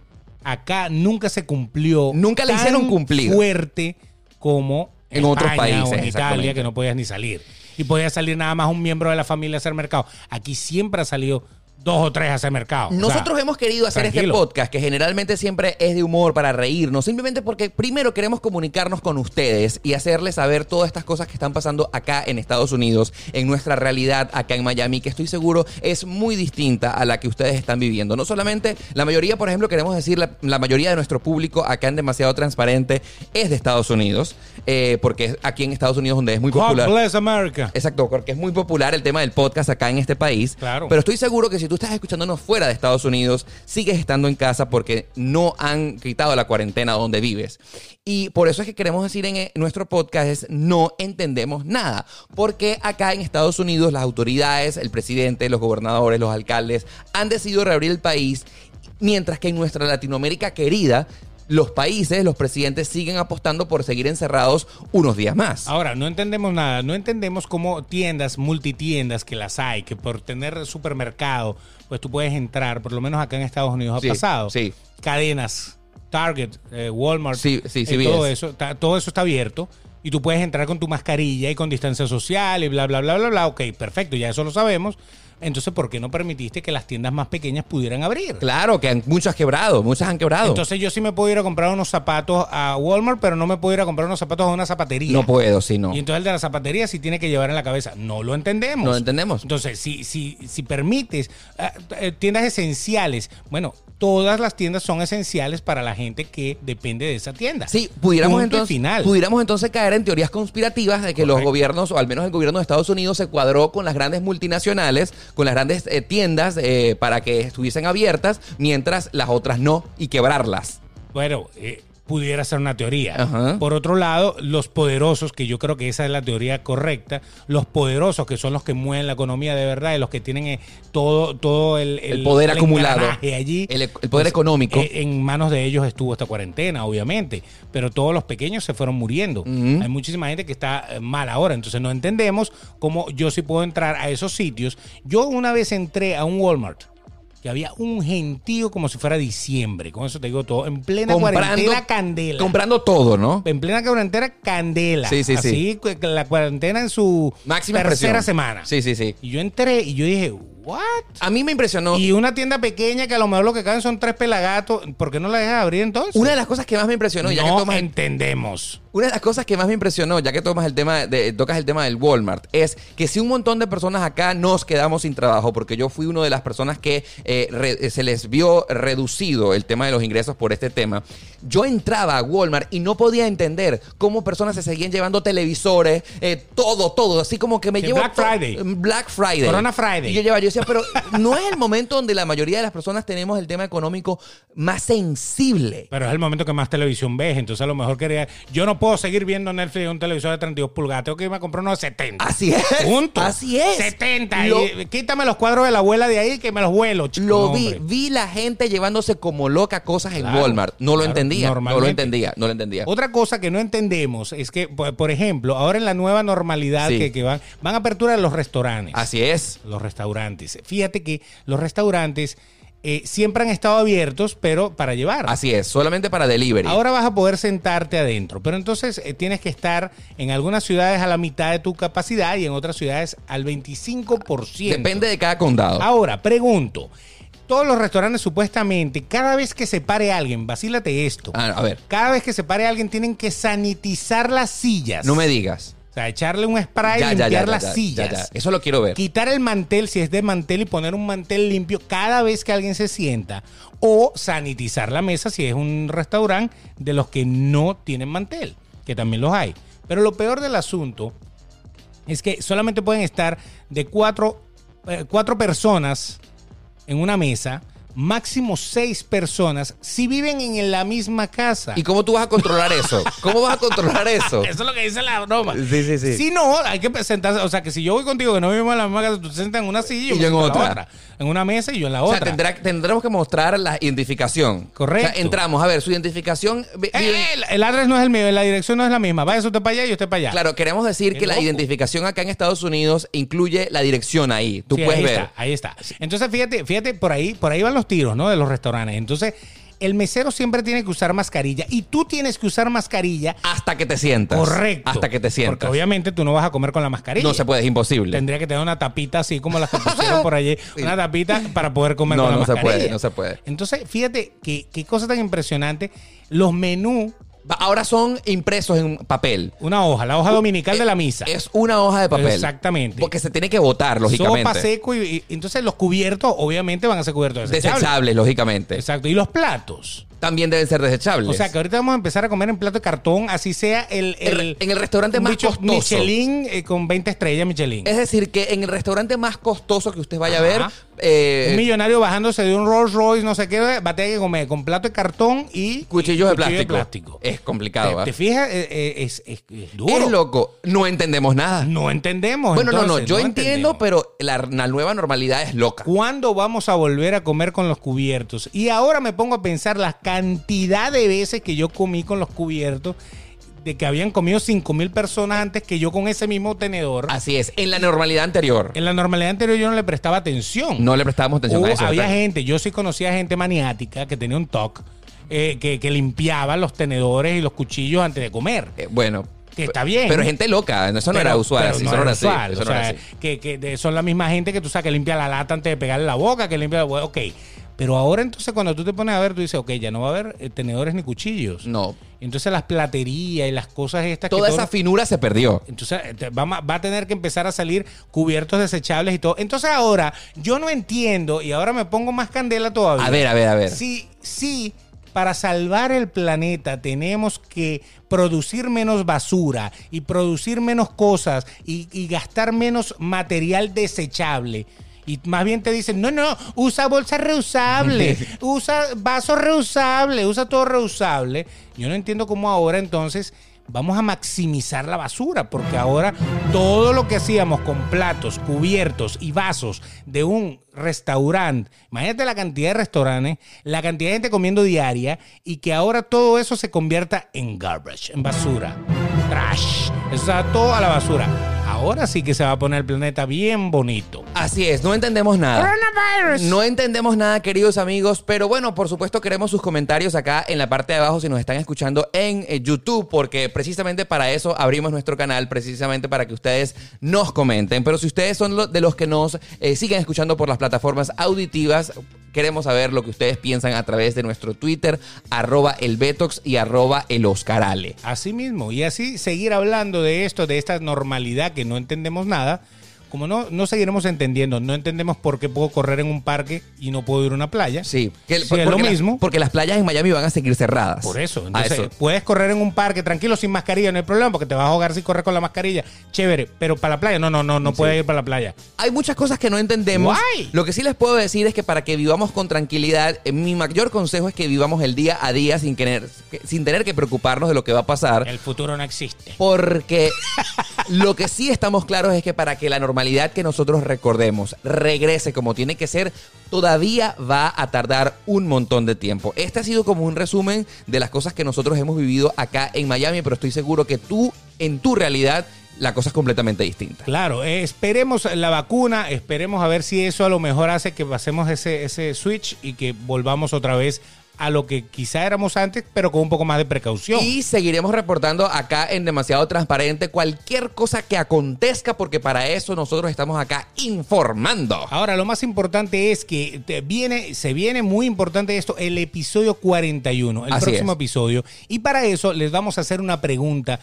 S2: acá nunca se cumplió.
S1: Nunca la
S2: tan
S1: hicieron cumplir.
S2: fuerte como
S1: En otros
S2: España o
S1: países,
S2: en Italia,
S1: exactamente.
S2: que no podías ni salir. Y podías salir nada más un miembro de la familia a hacer mercado. Aquí siempre ha salido dos o tres a hacer mercado. O sea,
S1: Nosotros hemos querido hacer
S2: tranquilo.
S1: este podcast que generalmente siempre es de humor para reírnos, simplemente porque primero queremos comunicarnos con ustedes y hacerles saber todas estas cosas que están pasando acá en Estados Unidos, en nuestra realidad acá en Miami, que estoy seguro es muy distinta a la que ustedes están viviendo. No solamente la mayoría, por ejemplo, queremos decir, la, la mayoría de nuestro público acá en Demasiado Transparente es de Estados Unidos, eh, porque es aquí en Estados Unidos donde es muy
S2: God
S1: popular.
S2: bless America.
S1: Exacto, porque es muy popular el tema del podcast acá en este país.
S2: Claro.
S1: Pero estoy seguro que si tú estás escuchándonos fuera de Estados Unidos, sigues estando en casa porque no han quitado la cuarentena donde vives. Y por eso es que queremos decir en eh, nuestro podcast es no entendemos nada. Porque acá en Estados Unidos las autoridades, el presidente, los gobernadores, los alcaldes han decidido reabrir el país, mientras que en nuestra Latinoamérica querida... Los países, los presidentes siguen apostando por seguir encerrados unos días más.
S2: Ahora, no entendemos nada, no entendemos cómo tiendas, multitiendas que las hay, que por tener supermercado, pues tú puedes entrar, por lo menos acá en Estados Unidos
S1: Sí,
S2: ha pasado.
S1: sí.
S2: Cadenas, Target, eh, Walmart,
S1: Sí, sí,
S2: eh,
S1: sí,
S2: todo,
S1: vi
S2: eso, ta- todo eso está abierto y tú puedes entrar con tu mascarilla y con distancia social y bla, bla, bla, bla, bla. Ok, perfecto, ya eso lo sabemos. Entonces, ¿por qué no permitiste que las tiendas más pequeñas pudieran abrir?
S1: Claro, que han, muchas quebrado, muchas han quebrado.
S2: Entonces yo sí me puedo ir a comprar unos zapatos a Walmart, pero no me puedo ir a comprar unos zapatos a una zapatería.
S1: no puedo, si no.
S2: Y entonces el de la zapatería sí tiene que llevar en la cabeza. No lo entendemos.
S1: No lo entendemos.
S2: Entonces, si, si, si permites, ah, eh, tiendas esenciales. Bueno, todas las tiendas son esenciales para la gente que depende de esa tienda.
S1: Sí, pudiéramos
S2: Punto y
S1: entonces,
S2: final.
S1: pudiéramos entonces caer en teorías conspirativas de que los
S2: Correcto.
S1: gobiernos, o al menos el gobierno de Estados Unidos, se cuadró con las grandes multinacionales, con las grandes eh, tiendas eh, para que estuviesen abiertas, mientras las otras no, y quebrarlas.
S2: Bueno, eh, pudiera ser una teoría.
S1: Ajá.
S2: Por otro lado, los poderosos, que yo creo que esa es la teoría correcta, los poderosos que son los que mueven la economía de verdad, y los que tienen eh, todo, todo el,
S1: El poder acumulado.
S2: engranaje allí,
S1: El- el poder económico.
S2: eh, en manos de ellos estuvo esta cuarentena, obviamente, pero todos los pequeños se fueron muriendo. Hay muchísima gente que está eh, mal ahora, entonces no entendemos cómo yo sí puedo entrar a esos sitios. Yo una vez entré a un Walmart que había un gentío como si fuera diciembre, con eso te digo todo, en plena cuarentena candela.
S1: comprando todo, ¿no?
S2: en plena cuarentena candela.
S1: Sí, sí, sí.
S2: Así, cu- la cuarentena en su
S1: Máxima
S2: tercera
S1: presión.
S2: semana.
S1: Sí, sí, sí.
S2: Y yo entré y yo dije, ¿what?
S1: A mí me impresionó.
S2: Y una tienda pequeña que a lo mejor lo que caben son tres pelagatos. ¿Por qué no la dejas abrir entonces?
S1: una de las cosas que más me impresionó,
S2: no
S1: ya que tomas el
S2: entendemos.
S1: Una de las cosas que más me impresionó, ya que tomas el tema de, tocas el tema del Walmart, es que si un montón de personas acá nos quedamos sin trabajo, porque yo fui una de las personas que eh, re- se les vio reducido el tema de los ingresos por este tema, yo entraba a Walmart y no podía entender cómo personas se seguían llevando televisores, eh, todo, todo, así como que me
S2: Que
S1: llevo...
S2: Black
S1: to- mm,
S2: Friday.
S1: Black Friday.
S2: Corona Friday.
S1: Y yo llevaba, yo decía, pero no es el momento donde la mayoría de las personas tenemos el tema económico más sensible.
S2: Pero es el momento que más televisión ves. Entonces a lo mejor quería... Yo no puedo seguir viendo Netflix en un televisor de 32 pulgadas. Tengo que irme a comprar uno de 70.
S1: Así es.
S2: Punto.
S1: Así es.
S2: 70.
S1: Lo-
S2: Y quítame los cuadros de la abuela de ahí que me los vuelo. chico.
S1: Lo
S2: No,
S1: vi,
S2: hombre.
S1: vi la gente llevándose como loca cosas en
S2: Claro,
S1: Walmart. No lo
S2: claro,
S1: entendía, no lo
S2: normalmente.
S1: entendía, no lo entendía.
S2: Otra cosa que no entendemos es que, por por ejemplo, ahora en la nueva normalidad
S1: Sí.
S2: que, que van, van a apertura de los restaurantes.
S1: Así es.
S2: los restaurantes. Fíjate que los restaurantes eh, siempre han estado abiertos, pero para llevar.
S1: Así es, solamente para delivery.
S2: Ahora vas a poder sentarte adentro, pero entonces eh, tienes que estar en algunas ciudades a la mitad de tu capacidad y en otras ciudades al 25%.
S1: Depende de cada condado.
S2: Ahora, pregunto, todos los restaurantes supuestamente, cada vez que se pare alguien, vacílate esto,
S1: Ah, a ver,
S2: cada vez que se pare alguien tienen que sanitizar las sillas.
S1: no me digas.
S2: O sea, echarle un spray,
S1: Ya, ya, ya,
S2: limpiar
S1: ya,
S2: las
S1: ya,
S2: sillas.
S1: ya, ya. Eso lo quiero ver.
S2: Quitar el mantel, si es de mantel, y poner un mantel limpio cada vez que alguien se sienta. O sanitizar la mesa si es un restaurante de los que no tienen mantel, que también los hay. Pero lo peor del asunto es que solamente pueden estar de cuatro, eh, cuatro personas en una mesa máximo seis personas si viven en la misma casa.
S1: ¿Y cómo tú vas a controlar eso? ¿Cómo vas a controlar eso?
S2: Eso es lo que dice la broma.
S1: Sí, sí, sí.
S2: Si no, hay que presentarse. O sea, que si yo voy contigo que no vivimos en la misma casa, tú te sientas en una silla y yo,
S1: Y
S2: me
S1: yo en
S2: siento la
S1: otra.
S2: En una mesa y yo en la
S1: O sea,
S2: otra.
S1: tendrá- tendremos que mostrar la identificación.
S2: Correcto.
S1: O sea, entramos, a ver, su identificación. vi-
S2: Eh,
S1: viven-
S2: eh, el, el address no es el mío, la dirección no es la misma. Vaya usted para allá y usted para allá.
S1: Claro, queremos decir
S2: Qué
S1: que la
S2: loco.
S1: identificación acá en Estados Unidos incluye la dirección ahí. Tú
S2: Sí,
S1: puedes
S2: ahí
S1: ver.
S2: Está, ahí está. Entonces, fíjate, fíjate, por ahí, por ahí van los tiros, ¿no? De los restaurantes. Entonces, el mesero siempre tiene que usar mascarilla y tú tienes que usar mascarilla.
S1: Hasta que te sientas.
S2: Correcto.
S1: Hasta que te
S2: Porque
S1: sientas.
S2: obviamente tú no vas a comer con la mascarilla.
S1: No se puede, es imposible.
S2: Tendría que tener una tapita así como las que pusieron por allí. Una tapita para poder comer
S1: No,
S2: con la
S1: no se
S2: mascarilla.
S1: puede, no se puede.
S2: Entonces, fíjate que- qué cosa tan impresionante. Los menús,
S1: Va- Ahora son impresos en papel.
S2: una hoja, la hoja
S1: Uh,
S2: dominical
S1: eh,
S2: de la misa.
S1: Es una hoja de papel.
S2: Exactamente.
S1: Porque se tiene que votar, lógicamente.
S2: Sopa seco y, y entonces los cubiertos obviamente van a ser cubiertos desechables.
S1: Desechables, lógicamente.
S2: Exacto. Y los platos.
S1: También deben ser desechables.
S2: O sea que ahorita vamos a empezar a comer en plato de cartón, así sea el,
S1: En re- en el restaurante
S2: un
S1: más
S2: bicho
S1: costoso.
S2: Michelin eh, con 20 estrellas Michelin.
S1: es decir, que en el restaurante más costoso que usted vaya a ver,
S2: Ajá.
S1: eh,
S2: un millonario bajándose de un Rolls Royce, no sé qué, va a tener que comer con plato de cartón y
S1: cuchillos de
S2: y cuchillo
S1: plástico. Es complicado.
S2: Te,
S1: ¿verdad?
S2: te fijas, Eh, eh, es, es- es duro.
S1: Es loco. No entendemos nada.
S2: No entendemos.
S1: bueno, no, no.
S2: entonces,
S1: Yo entiendo,
S2: entendemos.
S1: pero la, la nueva normalidad es loca.
S2: ¿Cuándo vamos a volver a comer con los cubiertos? Y ahora me pongo a pensar la cantidad de veces que yo comí con los cubiertos, de que habían comido 5 mil personas antes que yo con ese mismo tenedor.
S1: Así es. En la normalidad anterior,
S2: En la normalidad anterior yo no le prestaba atención.
S1: no le prestábamos atención
S2: Hubo-
S1: a eso.
S2: había
S1: ¿verdad?
S2: gente, yo sí conocía gente maniática que tenía un toque, eh, que, que limpiaba los tenedores y los cuchillos antes de comer.
S1: Eh, bueno.
S2: Que está bien.
S1: Pero gente loca. no, Eso no
S2: Pero-
S1: era usual.
S2: pero
S1: así,
S2: no
S1: eso no
S2: era
S1: era así,
S2: usual,
S1: eso
S2: o
S1: no era
S2: sea,
S1: así.
S2: que, que de- son la misma gente que tú sabes que limpia la lata antes de pegarle la boca, que limpia la hue- Ok. Pero ahora entonces cuando tú te pones a ver, tú dices, ok, ya no va a haber eh, tenedores ni cuchillos.
S1: No.
S2: Entonces las platerías y las cosas estas que
S1: Toda
S2: todo-
S1: esa finura se perdió.
S2: entonces eh, te- va, ma- va a tener que empezar a salir cubiertos desechables y todo. Entonces ahora yo no entiendo y ahora me pongo más candela todavía.
S1: A ver, a ver, a ver.
S2: Sí, sí, para salvar el planeta tenemos que producir menos basura y producir menos cosas y, y gastar menos material desechable. Y más bien te dicen, no, no, usa bolsa reusable, usa vaso reusable, usa todo reusable. Yo no entiendo cómo ahora entonces vamos a maximizar la basura, porque ahora todo lo que hacíamos con platos, cubiertos y vasos de un restaurante, imagínate la cantidad de restaurantes, la cantidad de gente comiendo diaria y que ahora todo eso se convierta en garbage, en basura, trash, eso va todo a la basura. Ahora sí que se va a poner el planeta bien bonito.
S1: Así es, no entendemos nada.
S2: Coronavirus.
S1: No entendemos nada, queridos amigos, pero bueno, por supuesto queremos sus comentarios acá en la parte de abajo si nos están escuchando en eh, YouTube, porque precisamente para eso abrimos nuestro canal, precisamente para que ustedes nos comenten. Pero si ustedes son lo- de los que nos eh, siguen escuchando por las plataformas auditivas, queremos saber lo que ustedes piensan a través de nuestro Twitter, arroba el Betox y arroba el Oscarale.
S2: Así mismo, y así seguir hablando de esto, de esta normalidad que no entendemos nada, como no, no seguiremos entendiendo, no entendemos por qué puedo correr en un parque y no puedo ir a una playa.
S1: Sí, que-
S2: Sí, es lo
S1: porque la-
S2: mismo.
S1: porque las playas en Miami van a seguir cerradas.
S2: Por eso,
S1: A
S2: entonces
S1: eso.
S2: puedes correr en un parque tranquilo sin mascarilla, no hay problema, porque te vas a ahogar si corres con la mascarilla. Chévere, pero para la playa, no, no, no, no puedes ir para la playa.
S1: hay muchas cosas que no entendemos.
S2: Guay.
S1: Lo que sí les puedo decir es que para que vivamos con tranquilidad, eh, mi mayor consejo es que vivamos el día a día sin tener, sin tener que preocuparnos de lo que va a pasar.
S2: El futuro no existe.
S1: Porque lo que sí estamos claros es que para que la normalidad que nosotros recordemos regrese como tiene que ser, todavía va a tardar un montón de tiempo. Este ha sido como un resumen de las cosas que nosotros hemos vivido acá en Miami, pero estoy seguro que tú, en tu realidad, la cosa es completamente distinta.
S2: Claro, eh, esperemos la vacuna, esperemos a ver si eso a lo mejor hace que pasemos ese, ese switch y que volvamos otra vez a lo que quizá éramos antes, pero con un poco más de precaución.
S1: Y seguiremos reportando acá en Demasiado Transparente cualquier cosa que acontezca, porque para eso nosotros estamos acá informando.
S2: Ahora, lo más importante es que te viene, se viene muy importante esto, el episodio 41, el
S1: Así
S2: próximo
S1: es.
S2: episodio. Y para eso les vamos a hacer una pregunta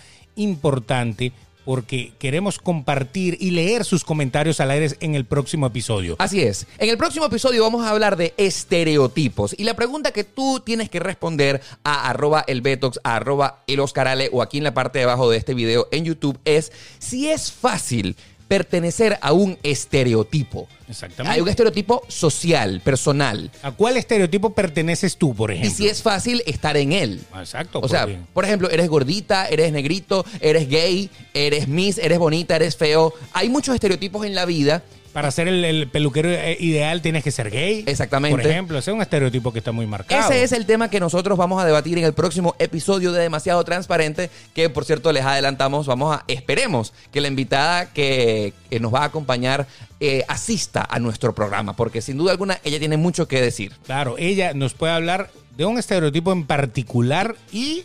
S2: importante porque queremos compartir y leer sus comentarios al aire en el próximo episodio.
S1: Así es. En el próximo episodio vamos a hablar de estereotipos. Y la pregunta que tú tienes que responder a arroba el Betox, a arroba el Oscarale o aquí en la parte de abajo de este video en YouTube es si es fácil pertenecer a un estereotipo.
S2: Exactamente.
S1: Hay un estereotipo social, personal.
S2: ¿A cuál estereotipo perteneces tú, por
S1: Y
S2: ejemplo?
S1: si es fácil estar en él.
S2: Exacto.
S1: O sea,
S2: porque-
S1: por ejemplo, eres gordita, eres negrito, eres gay, eres miss, eres bonita, eres feo. Hay muchos estereotipos en la vida.
S2: para ser el, el peluquero eh, ideal tienes que ser gay.
S1: Exactamente.
S2: Por ejemplo, ese es un estereotipo que está muy marcado.
S1: Ese es el tema que nosotros vamos a debatir en el próximo episodio de Demasiado Transparente, que por cierto les adelantamos, vamos a, esperemos que la invitada que, que nos va a acompañar eh, asista a nuestro programa, porque sin duda alguna ella tiene mucho que decir.
S2: Claro, ella nos puede hablar de un estereotipo en particular y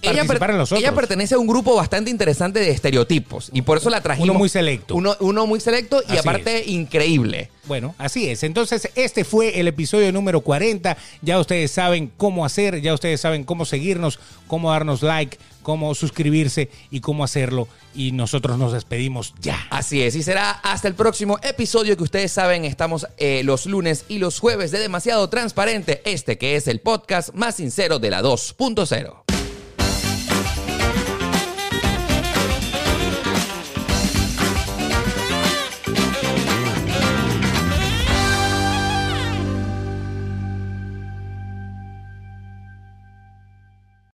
S1: Ella,
S2: participar
S1: per-
S2: en los otros.
S1: ella pertenece a un grupo bastante interesante de estereotipos y por eso la trajimos.
S2: Uno muy selecto.
S1: Uno, uno muy selecto y
S2: Así
S1: aparte increíble.
S2: Bueno, así es. Entonces, este fue el episodio número 40. Ya ustedes saben cómo hacer, ya ustedes saben cómo seguirnos, cómo darnos like, cómo suscribirse y cómo hacerlo. Y nosotros nos despedimos ya.
S1: Así es, y será hasta el próximo episodio que ustedes saben, estamos eh, los lunes y los jueves de Demasiado Transparente, este que es el podcast más sincero de la 2.0.